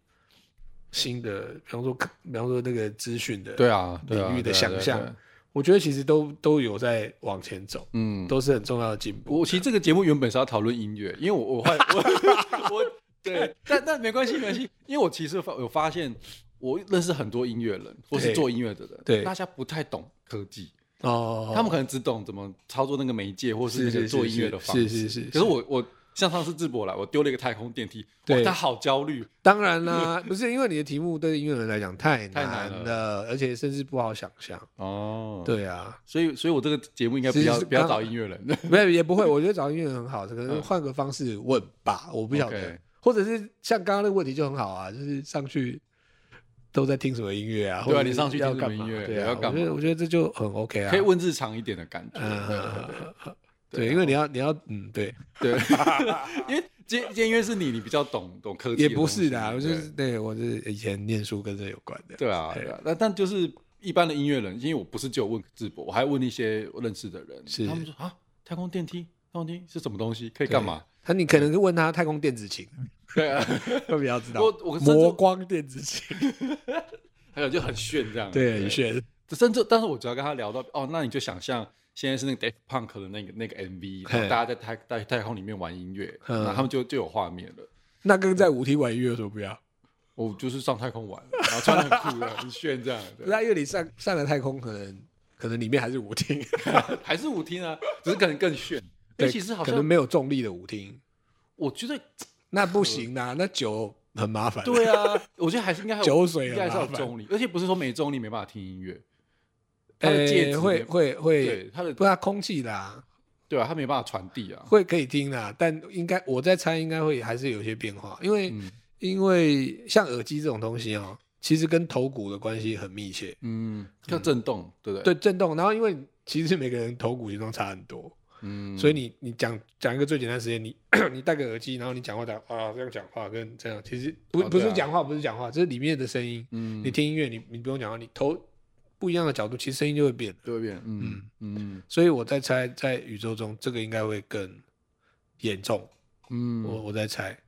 [SPEAKER 2] 新的，比方说，比方说那个资讯的，
[SPEAKER 1] 对啊，对啊
[SPEAKER 2] 领域的
[SPEAKER 1] 对啊
[SPEAKER 2] 想
[SPEAKER 1] 对啊
[SPEAKER 2] 象，
[SPEAKER 1] 对啊
[SPEAKER 2] 我觉得其实都都有在往前走，
[SPEAKER 1] 嗯，
[SPEAKER 2] 都是很重要的进步。
[SPEAKER 1] 我其实这个节目原本是要讨论音乐，因为我我换我我 对，但但没关系没关系，因为我其实发有发现，我认识很多音乐人或是
[SPEAKER 2] 对
[SPEAKER 1] 做音乐的人，
[SPEAKER 2] 对
[SPEAKER 1] 大家不太懂科技，
[SPEAKER 2] 哦，
[SPEAKER 1] 他们可能只懂怎么操作那个媒介或是那
[SPEAKER 2] 是
[SPEAKER 1] 个
[SPEAKER 2] 是
[SPEAKER 1] 做
[SPEAKER 2] 是
[SPEAKER 1] 音乐
[SPEAKER 2] 是
[SPEAKER 1] 的方式，
[SPEAKER 2] 是是是
[SPEAKER 1] 可是我我像上次智博来，我丢了一个太空电梯，哇，
[SPEAKER 2] 对
[SPEAKER 1] 他好焦虑，
[SPEAKER 2] 当然啦，不是因为你的题目对音乐人来讲太
[SPEAKER 1] 太难
[SPEAKER 2] 难了，
[SPEAKER 1] 了
[SPEAKER 2] 而且甚至不好想象。
[SPEAKER 1] 哦，，
[SPEAKER 2] 对啊，
[SPEAKER 1] 所以所以我这个节目应该不
[SPEAKER 2] 是
[SPEAKER 1] 要
[SPEAKER 2] 是
[SPEAKER 1] 不要
[SPEAKER 2] 刚
[SPEAKER 1] 找音乐人，
[SPEAKER 2] 没有也不会，我觉得找音乐人很好，可能
[SPEAKER 1] 嗯
[SPEAKER 2] 换个方式问吧， 我不晓得
[SPEAKER 1] OK
[SPEAKER 2] 或者是像刚刚那个问题就很好啊，就是上去都在听什么音乐啊，
[SPEAKER 1] 对啊
[SPEAKER 2] 或者是
[SPEAKER 1] 你上去听
[SPEAKER 2] 要
[SPEAKER 1] 什么
[SPEAKER 2] 干嘛
[SPEAKER 1] 音乐
[SPEAKER 2] 对啊，
[SPEAKER 1] 要干
[SPEAKER 2] 我
[SPEAKER 1] 嘛
[SPEAKER 2] 觉得我觉得这就很 OK 啊，
[SPEAKER 1] 可以问日常一点的感觉，对对对啊
[SPEAKER 2] 呃，对，因为你要你要嗯对，
[SPEAKER 1] 对， 因为今今天因为是你，你比较懂懂科技，
[SPEAKER 2] 也不是啦，我
[SPEAKER 1] 对
[SPEAKER 2] 就是对我是以前念书跟这有关的，
[SPEAKER 1] 对啊，对啊，但但就是一般的音乐人，因为我不是只有问智博，我还问一些我认识的人，
[SPEAKER 2] 是
[SPEAKER 1] 他们说啊，太空电梯，太空电梯是什么东西，可以干嘛？
[SPEAKER 2] 他你可能问他太空电子琴，
[SPEAKER 1] 对啊，
[SPEAKER 2] 会比较知道。
[SPEAKER 1] 我我甚至
[SPEAKER 2] 魔光电 子琴，
[SPEAKER 1] 还有就很炫这样，
[SPEAKER 2] 对，很，炫。
[SPEAKER 1] 甚至但是我只要跟他聊到哦，那你就想象。现在是那个 Dave Punk 的那个那个 MV，然
[SPEAKER 2] 嘿
[SPEAKER 1] 后大家在太在太空里面玩音乐，
[SPEAKER 2] 嗯
[SPEAKER 1] 然后他们就就有画面了。
[SPEAKER 2] 那跟在舞厅玩音乐有什么不一样？
[SPEAKER 1] 我就是上太空玩，然后穿的很酷的，很炫 这样。对
[SPEAKER 2] 那因为你上上了太空，可能可能里面还是 舞厅，
[SPEAKER 1] 还是舞厅啊，只是可能更炫。哎、
[SPEAKER 2] 对
[SPEAKER 1] 其实好
[SPEAKER 2] 可能
[SPEAKER 1] 像
[SPEAKER 2] 没有重力的舞厅，
[SPEAKER 1] 我觉得，
[SPEAKER 2] 那不行啊，那酒很麻烦。
[SPEAKER 1] 嗯对 啊，我觉得还是应该还有
[SPEAKER 2] 酒水
[SPEAKER 1] 应
[SPEAKER 2] 很
[SPEAKER 1] 该还是
[SPEAKER 2] 麻
[SPEAKER 1] 有
[SPEAKER 2] 烦
[SPEAKER 1] 重力，而且不是说没重力没办法听音乐，它的介
[SPEAKER 2] 呃，
[SPEAKER 1] 质
[SPEAKER 2] 会
[SPEAKER 1] 没
[SPEAKER 2] 会会
[SPEAKER 1] 对，它的
[SPEAKER 2] 不然空气啦，
[SPEAKER 1] 对啊，它没办法传递啊。
[SPEAKER 2] 会可以听啦，但应该我在猜，应该会还是有些变化，因为、
[SPEAKER 1] 嗯
[SPEAKER 2] 因为像耳机这种东西哦，其实跟头骨的关系很密切。
[SPEAKER 1] 嗯，像震动，对不对？
[SPEAKER 2] 对，震动。然后因为其实每个人头骨形状差很多，
[SPEAKER 1] 嗯，
[SPEAKER 2] 所以你你讲讲一个最简单的时间，你 你戴个耳机，然后你讲话讲啊这样讲话跟这样，其实不、
[SPEAKER 1] 哦对啊
[SPEAKER 2] 不是讲话，不是讲话，这是里面的声音。
[SPEAKER 1] 嗯，
[SPEAKER 2] 你听音乐，你你不用讲话，你头不一样的角度，其实声音就会变。
[SPEAKER 1] 就会变，嗯嗯
[SPEAKER 2] 所以我在猜，在宇宙中这个应该会更严重。
[SPEAKER 1] 嗯，
[SPEAKER 2] 我
[SPEAKER 1] 我
[SPEAKER 2] 我在猜，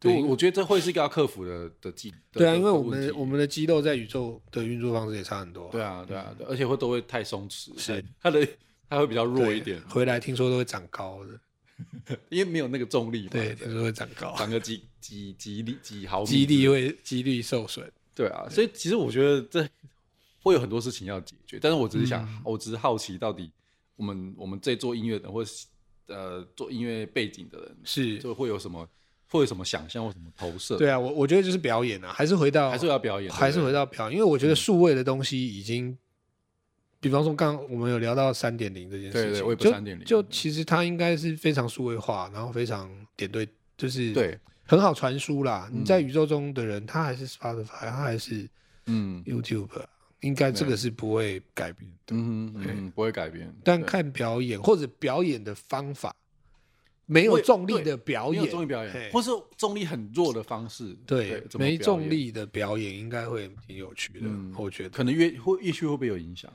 [SPEAKER 2] 对
[SPEAKER 1] 我我觉得这会是一个要克服的的技。的
[SPEAKER 2] 对啊，因为
[SPEAKER 1] 的
[SPEAKER 2] 我
[SPEAKER 1] 问
[SPEAKER 2] 们
[SPEAKER 1] 题
[SPEAKER 2] 我们的肌肉在宇宙的运作方式也差很多。
[SPEAKER 1] 对啊对啊，对而且会都会太松弛，
[SPEAKER 2] 嗯是
[SPEAKER 1] 太它的它会比较弱
[SPEAKER 2] 对
[SPEAKER 1] 一点，
[SPEAKER 2] 回来听说都会长高的，
[SPEAKER 1] 因为没有那个重力嘛，
[SPEAKER 2] 对，听说会长高，
[SPEAKER 1] 长个几几几厘几毫米之类
[SPEAKER 2] 肌
[SPEAKER 1] 的，
[SPEAKER 2] 力会肌力受损。
[SPEAKER 1] 对啊，所以
[SPEAKER 2] 嗯
[SPEAKER 1] 其实我觉得这会有很多事情要解决，但是我只是想，我只是好奇到底我们我们这做音乐的或是呃做音乐背景的人，
[SPEAKER 2] 是，
[SPEAKER 1] 就会有什么会有什么想象或什么投射，
[SPEAKER 2] 对啊，我我觉得就是表演啊，还是回到
[SPEAKER 1] 还是要表演，
[SPEAKER 2] 还是
[SPEAKER 1] 对不嗯
[SPEAKER 2] 回
[SPEAKER 1] 对
[SPEAKER 2] 到表演，因为我觉得数位的东西已经，比方说刚刚我们有聊到三点零这件事情，
[SPEAKER 1] 对对 Web
[SPEAKER 2] 就
[SPEAKER 1] 3.0
[SPEAKER 2] 就
[SPEAKER 1] 对
[SPEAKER 2] 其实它应该是非常数位化，然后非常点对，就是
[SPEAKER 1] 对，
[SPEAKER 2] 很好传输啦。
[SPEAKER 1] 嗯
[SPEAKER 2] 你在宇宙中的人，他还是 Spotify，他还是
[SPEAKER 1] 嗯
[SPEAKER 2] YouTube，应啊该
[SPEAKER 1] 啊
[SPEAKER 2] 这个是不会改变的。
[SPEAKER 1] 嗯哼嗯哼，不会改变，
[SPEAKER 2] 但
[SPEAKER 1] 对
[SPEAKER 2] 看表演或者表演的方法，没有
[SPEAKER 1] 会
[SPEAKER 2] 重力
[SPEAKER 1] 对
[SPEAKER 2] 的表
[SPEAKER 1] 没有
[SPEAKER 2] 演，
[SPEAKER 1] 重力表
[SPEAKER 2] 嘿
[SPEAKER 1] 演，或是重力很弱的方式，
[SPEAKER 2] 对
[SPEAKER 1] 怎么
[SPEAKER 2] 没
[SPEAKER 1] 表
[SPEAKER 2] 重
[SPEAKER 1] 演，
[SPEAKER 2] 力的表演应该会挺有趣的，
[SPEAKER 1] 嗯
[SPEAKER 2] 我觉得
[SPEAKER 1] 可能乐会乐器会不会有影响？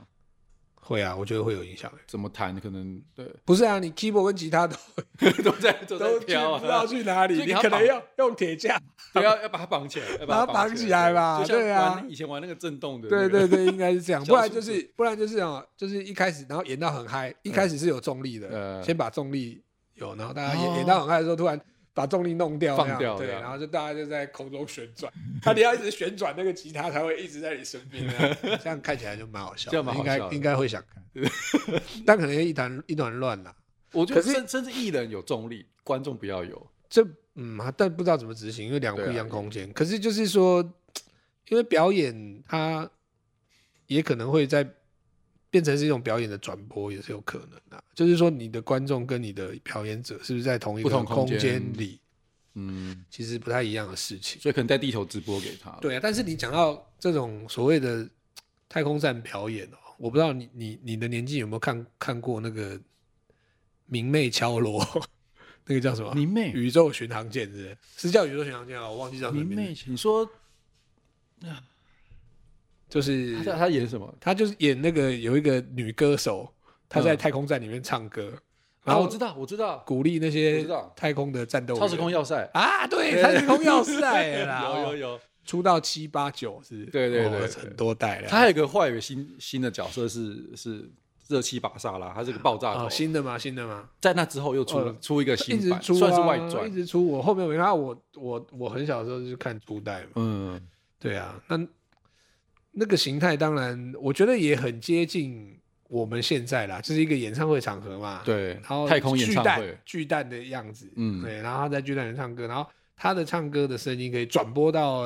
[SPEAKER 2] 会啊，我觉得会有影响。
[SPEAKER 1] 怎么弹可能对
[SPEAKER 2] 不是啊，你 keyboard 跟吉他都
[SPEAKER 1] 都在都在
[SPEAKER 2] 都去
[SPEAKER 1] 飘
[SPEAKER 2] 不
[SPEAKER 1] 啊，
[SPEAKER 2] 知道去哪里，
[SPEAKER 1] 就给
[SPEAKER 2] 你
[SPEAKER 1] 它
[SPEAKER 2] 可能
[SPEAKER 1] 绑
[SPEAKER 2] 要用铁架。
[SPEAKER 1] 不要要把它绑起来，要
[SPEAKER 2] 把它
[SPEAKER 1] 它
[SPEAKER 2] 绑
[SPEAKER 1] 起
[SPEAKER 2] 起来吧
[SPEAKER 1] 就像
[SPEAKER 2] 对啊
[SPEAKER 1] 玩以前玩那个震动的那
[SPEAKER 2] 对
[SPEAKER 1] 个，
[SPEAKER 2] 对对，应该是这 样，
[SPEAKER 1] 小
[SPEAKER 2] 不然
[SPEAKER 1] 鼠
[SPEAKER 2] 就是不然就是啊，就是一开始然后演到很嗨，一开始是有重力的，
[SPEAKER 1] 呃
[SPEAKER 2] 先把重力有，然后大家演
[SPEAKER 1] 哦
[SPEAKER 2] 演到很嗨的时候，突然把重力弄掉，
[SPEAKER 1] 放
[SPEAKER 2] 那样
[SPEAKER 1] 掉
[SPEAKER 2] 对，
[SPEAKER 1] 这样
[SPEAKER 2] 然后就大家就在空中旋转，他你要一直旋转，那个吉他才会一直在你身边 啊，这样看起来就蛮好笑的，
[SPEAKER 1] 这样蛮好
[SPEAKER 2] 应该
[SPEAKER 1] 笑的
[SPEAKER 2] 应该会想看，但可能一团一团乱啦，
[SPEAKER 1] 我觉得
[SPEAKER 2] 可是
[SPEAKER 1] 甚甚至艺人有重力，观众不要有，
[SPEAKER 2] 这嗯，啊但不知道怎么执行，因为两个
[SPEAKER 1] 对啊
[SPEAKER 2] 不一样空间。可是就是说，因为表演它也可能会在变成是一种表演的转播，也是有可能的、啊就是说，你的观众跟你的表演者是不是在同一
[SPEAKER 1] 不
[SPEAKER 2] 个
[SPEAKER 1] 同空
[SPEAKER 2] 空
[SPEAKER 1] 间
[SPEAKER 2] 间里，
[SPEAKER 1] 嗯，
[SPEAKER 2] 其实不太一样的事情。
[SPEAKER 1] 所以可能带地球直播给他，
[SPEAKER 2] 对啊，但是你讲到这种所谓的太空站表演哦，我不知道你你你的年纪有没有看看过那个明媚敲锣， 那个叫什么？
[SPEAKER 1] 迷妹
[SPEAKER 2] 宇宙巡航舰是不是是叫宇宙巡航舰啊，我忘记叫什么
[SPEAKER 1] 迷
[SPEAKER 2] 名字，
[SPEAKER 1] 妹，你说
[SPEAKER 2] 就是
[SPEAKER 1] 他在他演什么？
[SPEAKER 2] 他就是演那个有一个女歌手，她在
[SPEAKER 1] 嗯
[SPEAKER 2] 太空站里面唱歌，然
[SPEAKER 1] 啊，
[SPEAKER 2] 后
[SPEAKER 1] 我知道，我知道，
[SPEAKER 2] 鼓励那
[SPEAKER 1] 我
[SPEAKER 2] 些
[SPEAKER 1] 知道
[SPEAKER 2] 太空的战斗员
[SPEAKER 1] 超时空要塞，
[SPEAKER 2] 啊，对，超时空要塞 啦，
[SPEAKER 1] 有有
[SPEAKER 2] 有，
[SPEAKER 1] 有，
[SPEAKER 2] 出到七八九是，
[SPEAKER 1] 对对对
[SPEAKER 2] 哦
[SPEAKER 1] 对
[SPEAKER 2] 很多代了，
[SPEAKER 1] 他还有一个坏的新新的角色是是热气巴萨拉，他是个爆炸头
[SPEAKER 2] 哦，新的吗？新的吗？
[SPEAKER 1] 在那之后又出了
[SPEAKER 2] 哦
[SPEAKER 1] 出一个
[SPEAKER 2] 一
[SPEAKER 1] 啊新
[SPEAKER 2] 直
[SPEAKER 1] 版，
[SPEAKER 2] 出、啊，
[SPEAKER 1] 算是外
[SPEAKER 2] 一
[SPEAKER 1] 传，
[SPEAKER 2] 直出。我后面没看到，我我我很小的时候就是看初代嘛，
[SPEAKER 1] 嗯，
[SPEAKER 2] 对啊，那那个形态当然，我觉得也很接近我们现在啦，就是一个演唱会场合嘛。，
[SPEAKER 1] 对
[SPEAKER 2] 然后，
[SPEAKER 1] 太空演
[SPEAKER 2] 巨
[SPEAKER 1] 唱
[SPEAKER 2] 蛋
[SPEAKER 1] 会，
[SPEAKER 2] 巨蛋的样子，
[SPEAKER 1] 嗯
[SPEAKER 2] 对，然后他在巨蛋里唱歌，然后他的唱歌的声音可以转播到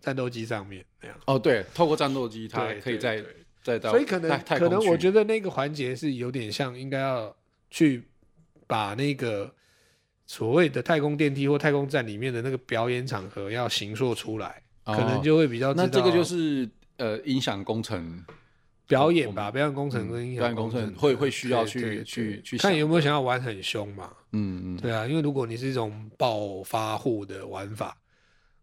[SPEAKER 2] 战斗机上面那样，
[SPEAKER 1] 哦，对，透过战斗机，它
[SPEAKER 2] 对
[SPEAKER 1] 可以
[SPEAKER 2] 对
[SPEAKER 1] 在
[SPEAKER 2] 对
[SPEAKER 1] 在到
[SPEAKER 2] 所以可能
[SPEAKER 1] 太太
[SPEAKER 2] 可
[SPEAKER 1] 空
[SPEAKER 2] 能
[SPEAKER 1] 去
[SPEAKER 2] 我觉得那个环节是有点像应该要去把那个所谓的太空电梯或太空站里面的那个表演场合要形塑出来，
[SPEAKER 1] 哦
[SPEAKER 2] 可能就会比较知道
[SPEAKER 1] 那这个就是呃音响工程，
[SPEAKER 2] 表演
[SPEAKER 1] 我
[SPEAKER 2] 吧，
[SPEAKER 1] 们
[SPEAKER 2] 表演工程跟
[SPEAKER 1] 嗯
[SPEAKER 2] 音
[SPEAKER 1] 表
[SPEAKER 2] 响
[SPEAKER 1] 演工程
[SPEAKER 2] 程
[SPEAKER 1] 会会需要
[SPEAKER 2] 对
[SPEAKER 1] 去
[SPEAKER 2] 对对
[SPEAKER 1] 去去
[SPEAKER 2] 看
[SPEAKER 1] 想
[SPEAKER 2] 有没有想要玩很凶嘛。
[SPEAKER 1] 嗯嗯，
[SPEAKER 2] 对啊，因为如果你是一种暴发户的玩法，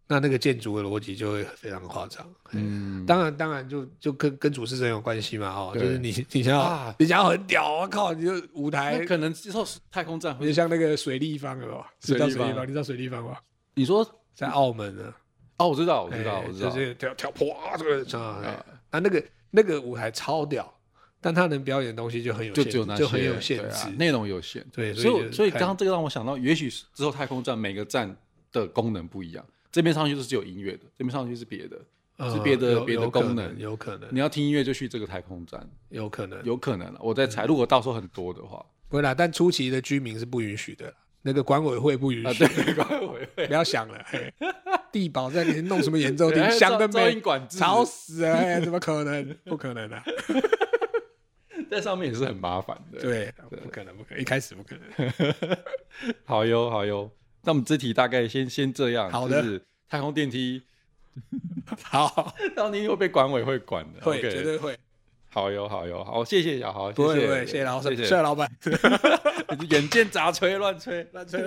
[SPEAKER 2] 那那个建筑的逻辑就会非常夸张。
[SPEAKER 1] 嗯，
[SPEAKER 2] 当然，当然就就跟跟主持人有关系嘛，哦，就
[SPEAKER 1] 对
[SPEAKER 2] 是你你想要、
[SPEAKER 1] 啊
[SPEAKER 2] 你想要很屌，我靠，你就舞台
[SPEAKER 1] 那可能之后是太空站
[SPEAKER 2] 你就
[SPEAKER 1] 会，
[SPEAKER 2] 像那个水立方了，
[SPEAKER 1] 水
[SPEAKER 2] 知道
[SPEAKER 1] 立
[SPEAKER 2] 水
[SPEAKER 1] 方
[SPEAKER 2] 立
[SPEAKER 1] 嗯
[SPEAKER 2] 方，你知道水立方吗？
[SPEAKER 1] 你说
[SPEAKER 2] 在澳门啊呢，
[SPEAKER 1] 哦，我知道，我知道，
[SPEAKER 2] 哎
[SPEAKER 1] 我知道
[SPEAKER 2] 就，是跳跳坡啊，这个啊，
[SPEAKER 1] 啊
[SPEAKER 2] 哎啊，那个那个舞台超屌，但他能表演的东西就很有
[SPEAKER 1] 就
[SPEAKER 2] 限
[SPEAKER 1] 只有那些
[SPEAKER 2] 就很有限
[SPEAKER 1] 对啊
[SPEAKER 2] 制，
[SPEAKER 1] 内容有限，
[SPEAKER 2] 对所
[SPEAKER 1] 所以
[SPEAKER 2] 以就
[SPEAKER 1] 我
[SPEAKER 2] 是
[SPEAKER 1] 所以
[SPEAKER 2] 看
[SPEAKER 1] 刚刚这个让我想到，也许之后太空站每个站的功能不一样，这边上去就是只有音乐的，这边上去是别的，
[SPEAKER 2] 呃
[SPEAKER 1] 是别的
[SPEAKER 2] 有
[SPEAKER 1] 别的
[SPEAKER 2] 有可
[SPEAKER 1] 功
[SPEAKER 2] 能
[SPEAKER 1] 能
[SPEAKER 2] 有可能
[SPEAKER 1] 你要听音乐就去这个太空站，
[SPEAKER 2] 有可能
[SPEAKER 1] 有可能了，
[SPEAKER 2] 嗯
[SPEAKER 1] 我在猜，如果到时候很多的 话，
[SPEAKER 2] 不会啦，但初期的居民是不允许的啦，那个管委会不允
[SPEAKER 1] 啊，
[SPEAKER 2] 许，
[SPEAKER 1] 对，管委会，
[SPEAKER 2] 不要想了。嘿地保在里面弄什么演奏厅
[SPEAKER 1] 对，还有
[SPEAKER 2] 香
[SPEAKER 1] 噪
[SPEAKER 2] 灯
[SPEAKER 1] 噪
[SPEAKER 2] 没
[SPEAKER 1] 音，管制，
[SPEAKER 2] 吵死了，哎嘿怎么可能？不可能啊！
[SPEAKER 1] 在上面也是很麻烦的。，
[SPEAKER 2] 对， 不可能，不可能，一开始不可能。
[SPEAKER 1] 好哟好哟，那我们这题大概先先这样。
[SPEAKER 2] 好的，
[SPEAKER 1] 就是、太空电梯，
[SPEAKER 2] 好，
[SPEAKER 1] 当天又被管委会管的。
[SPEAKER 2] 会
[SPEAKER 1] o k
[SPEAKER 2] 绝对会，
[SPEAKER 1] 好哟好哟，好，谢谢小豪，
[SPEAKER 2] 不会
[SPEAKER 1] 谢
[SPEAKER 2] 不会，谢 谢老师，
[SPEAKER 1] 谢
[SPEAKER 2] 谢谢老板。
[SPEAKER 1] 你远见杂吹乱吹乱吹。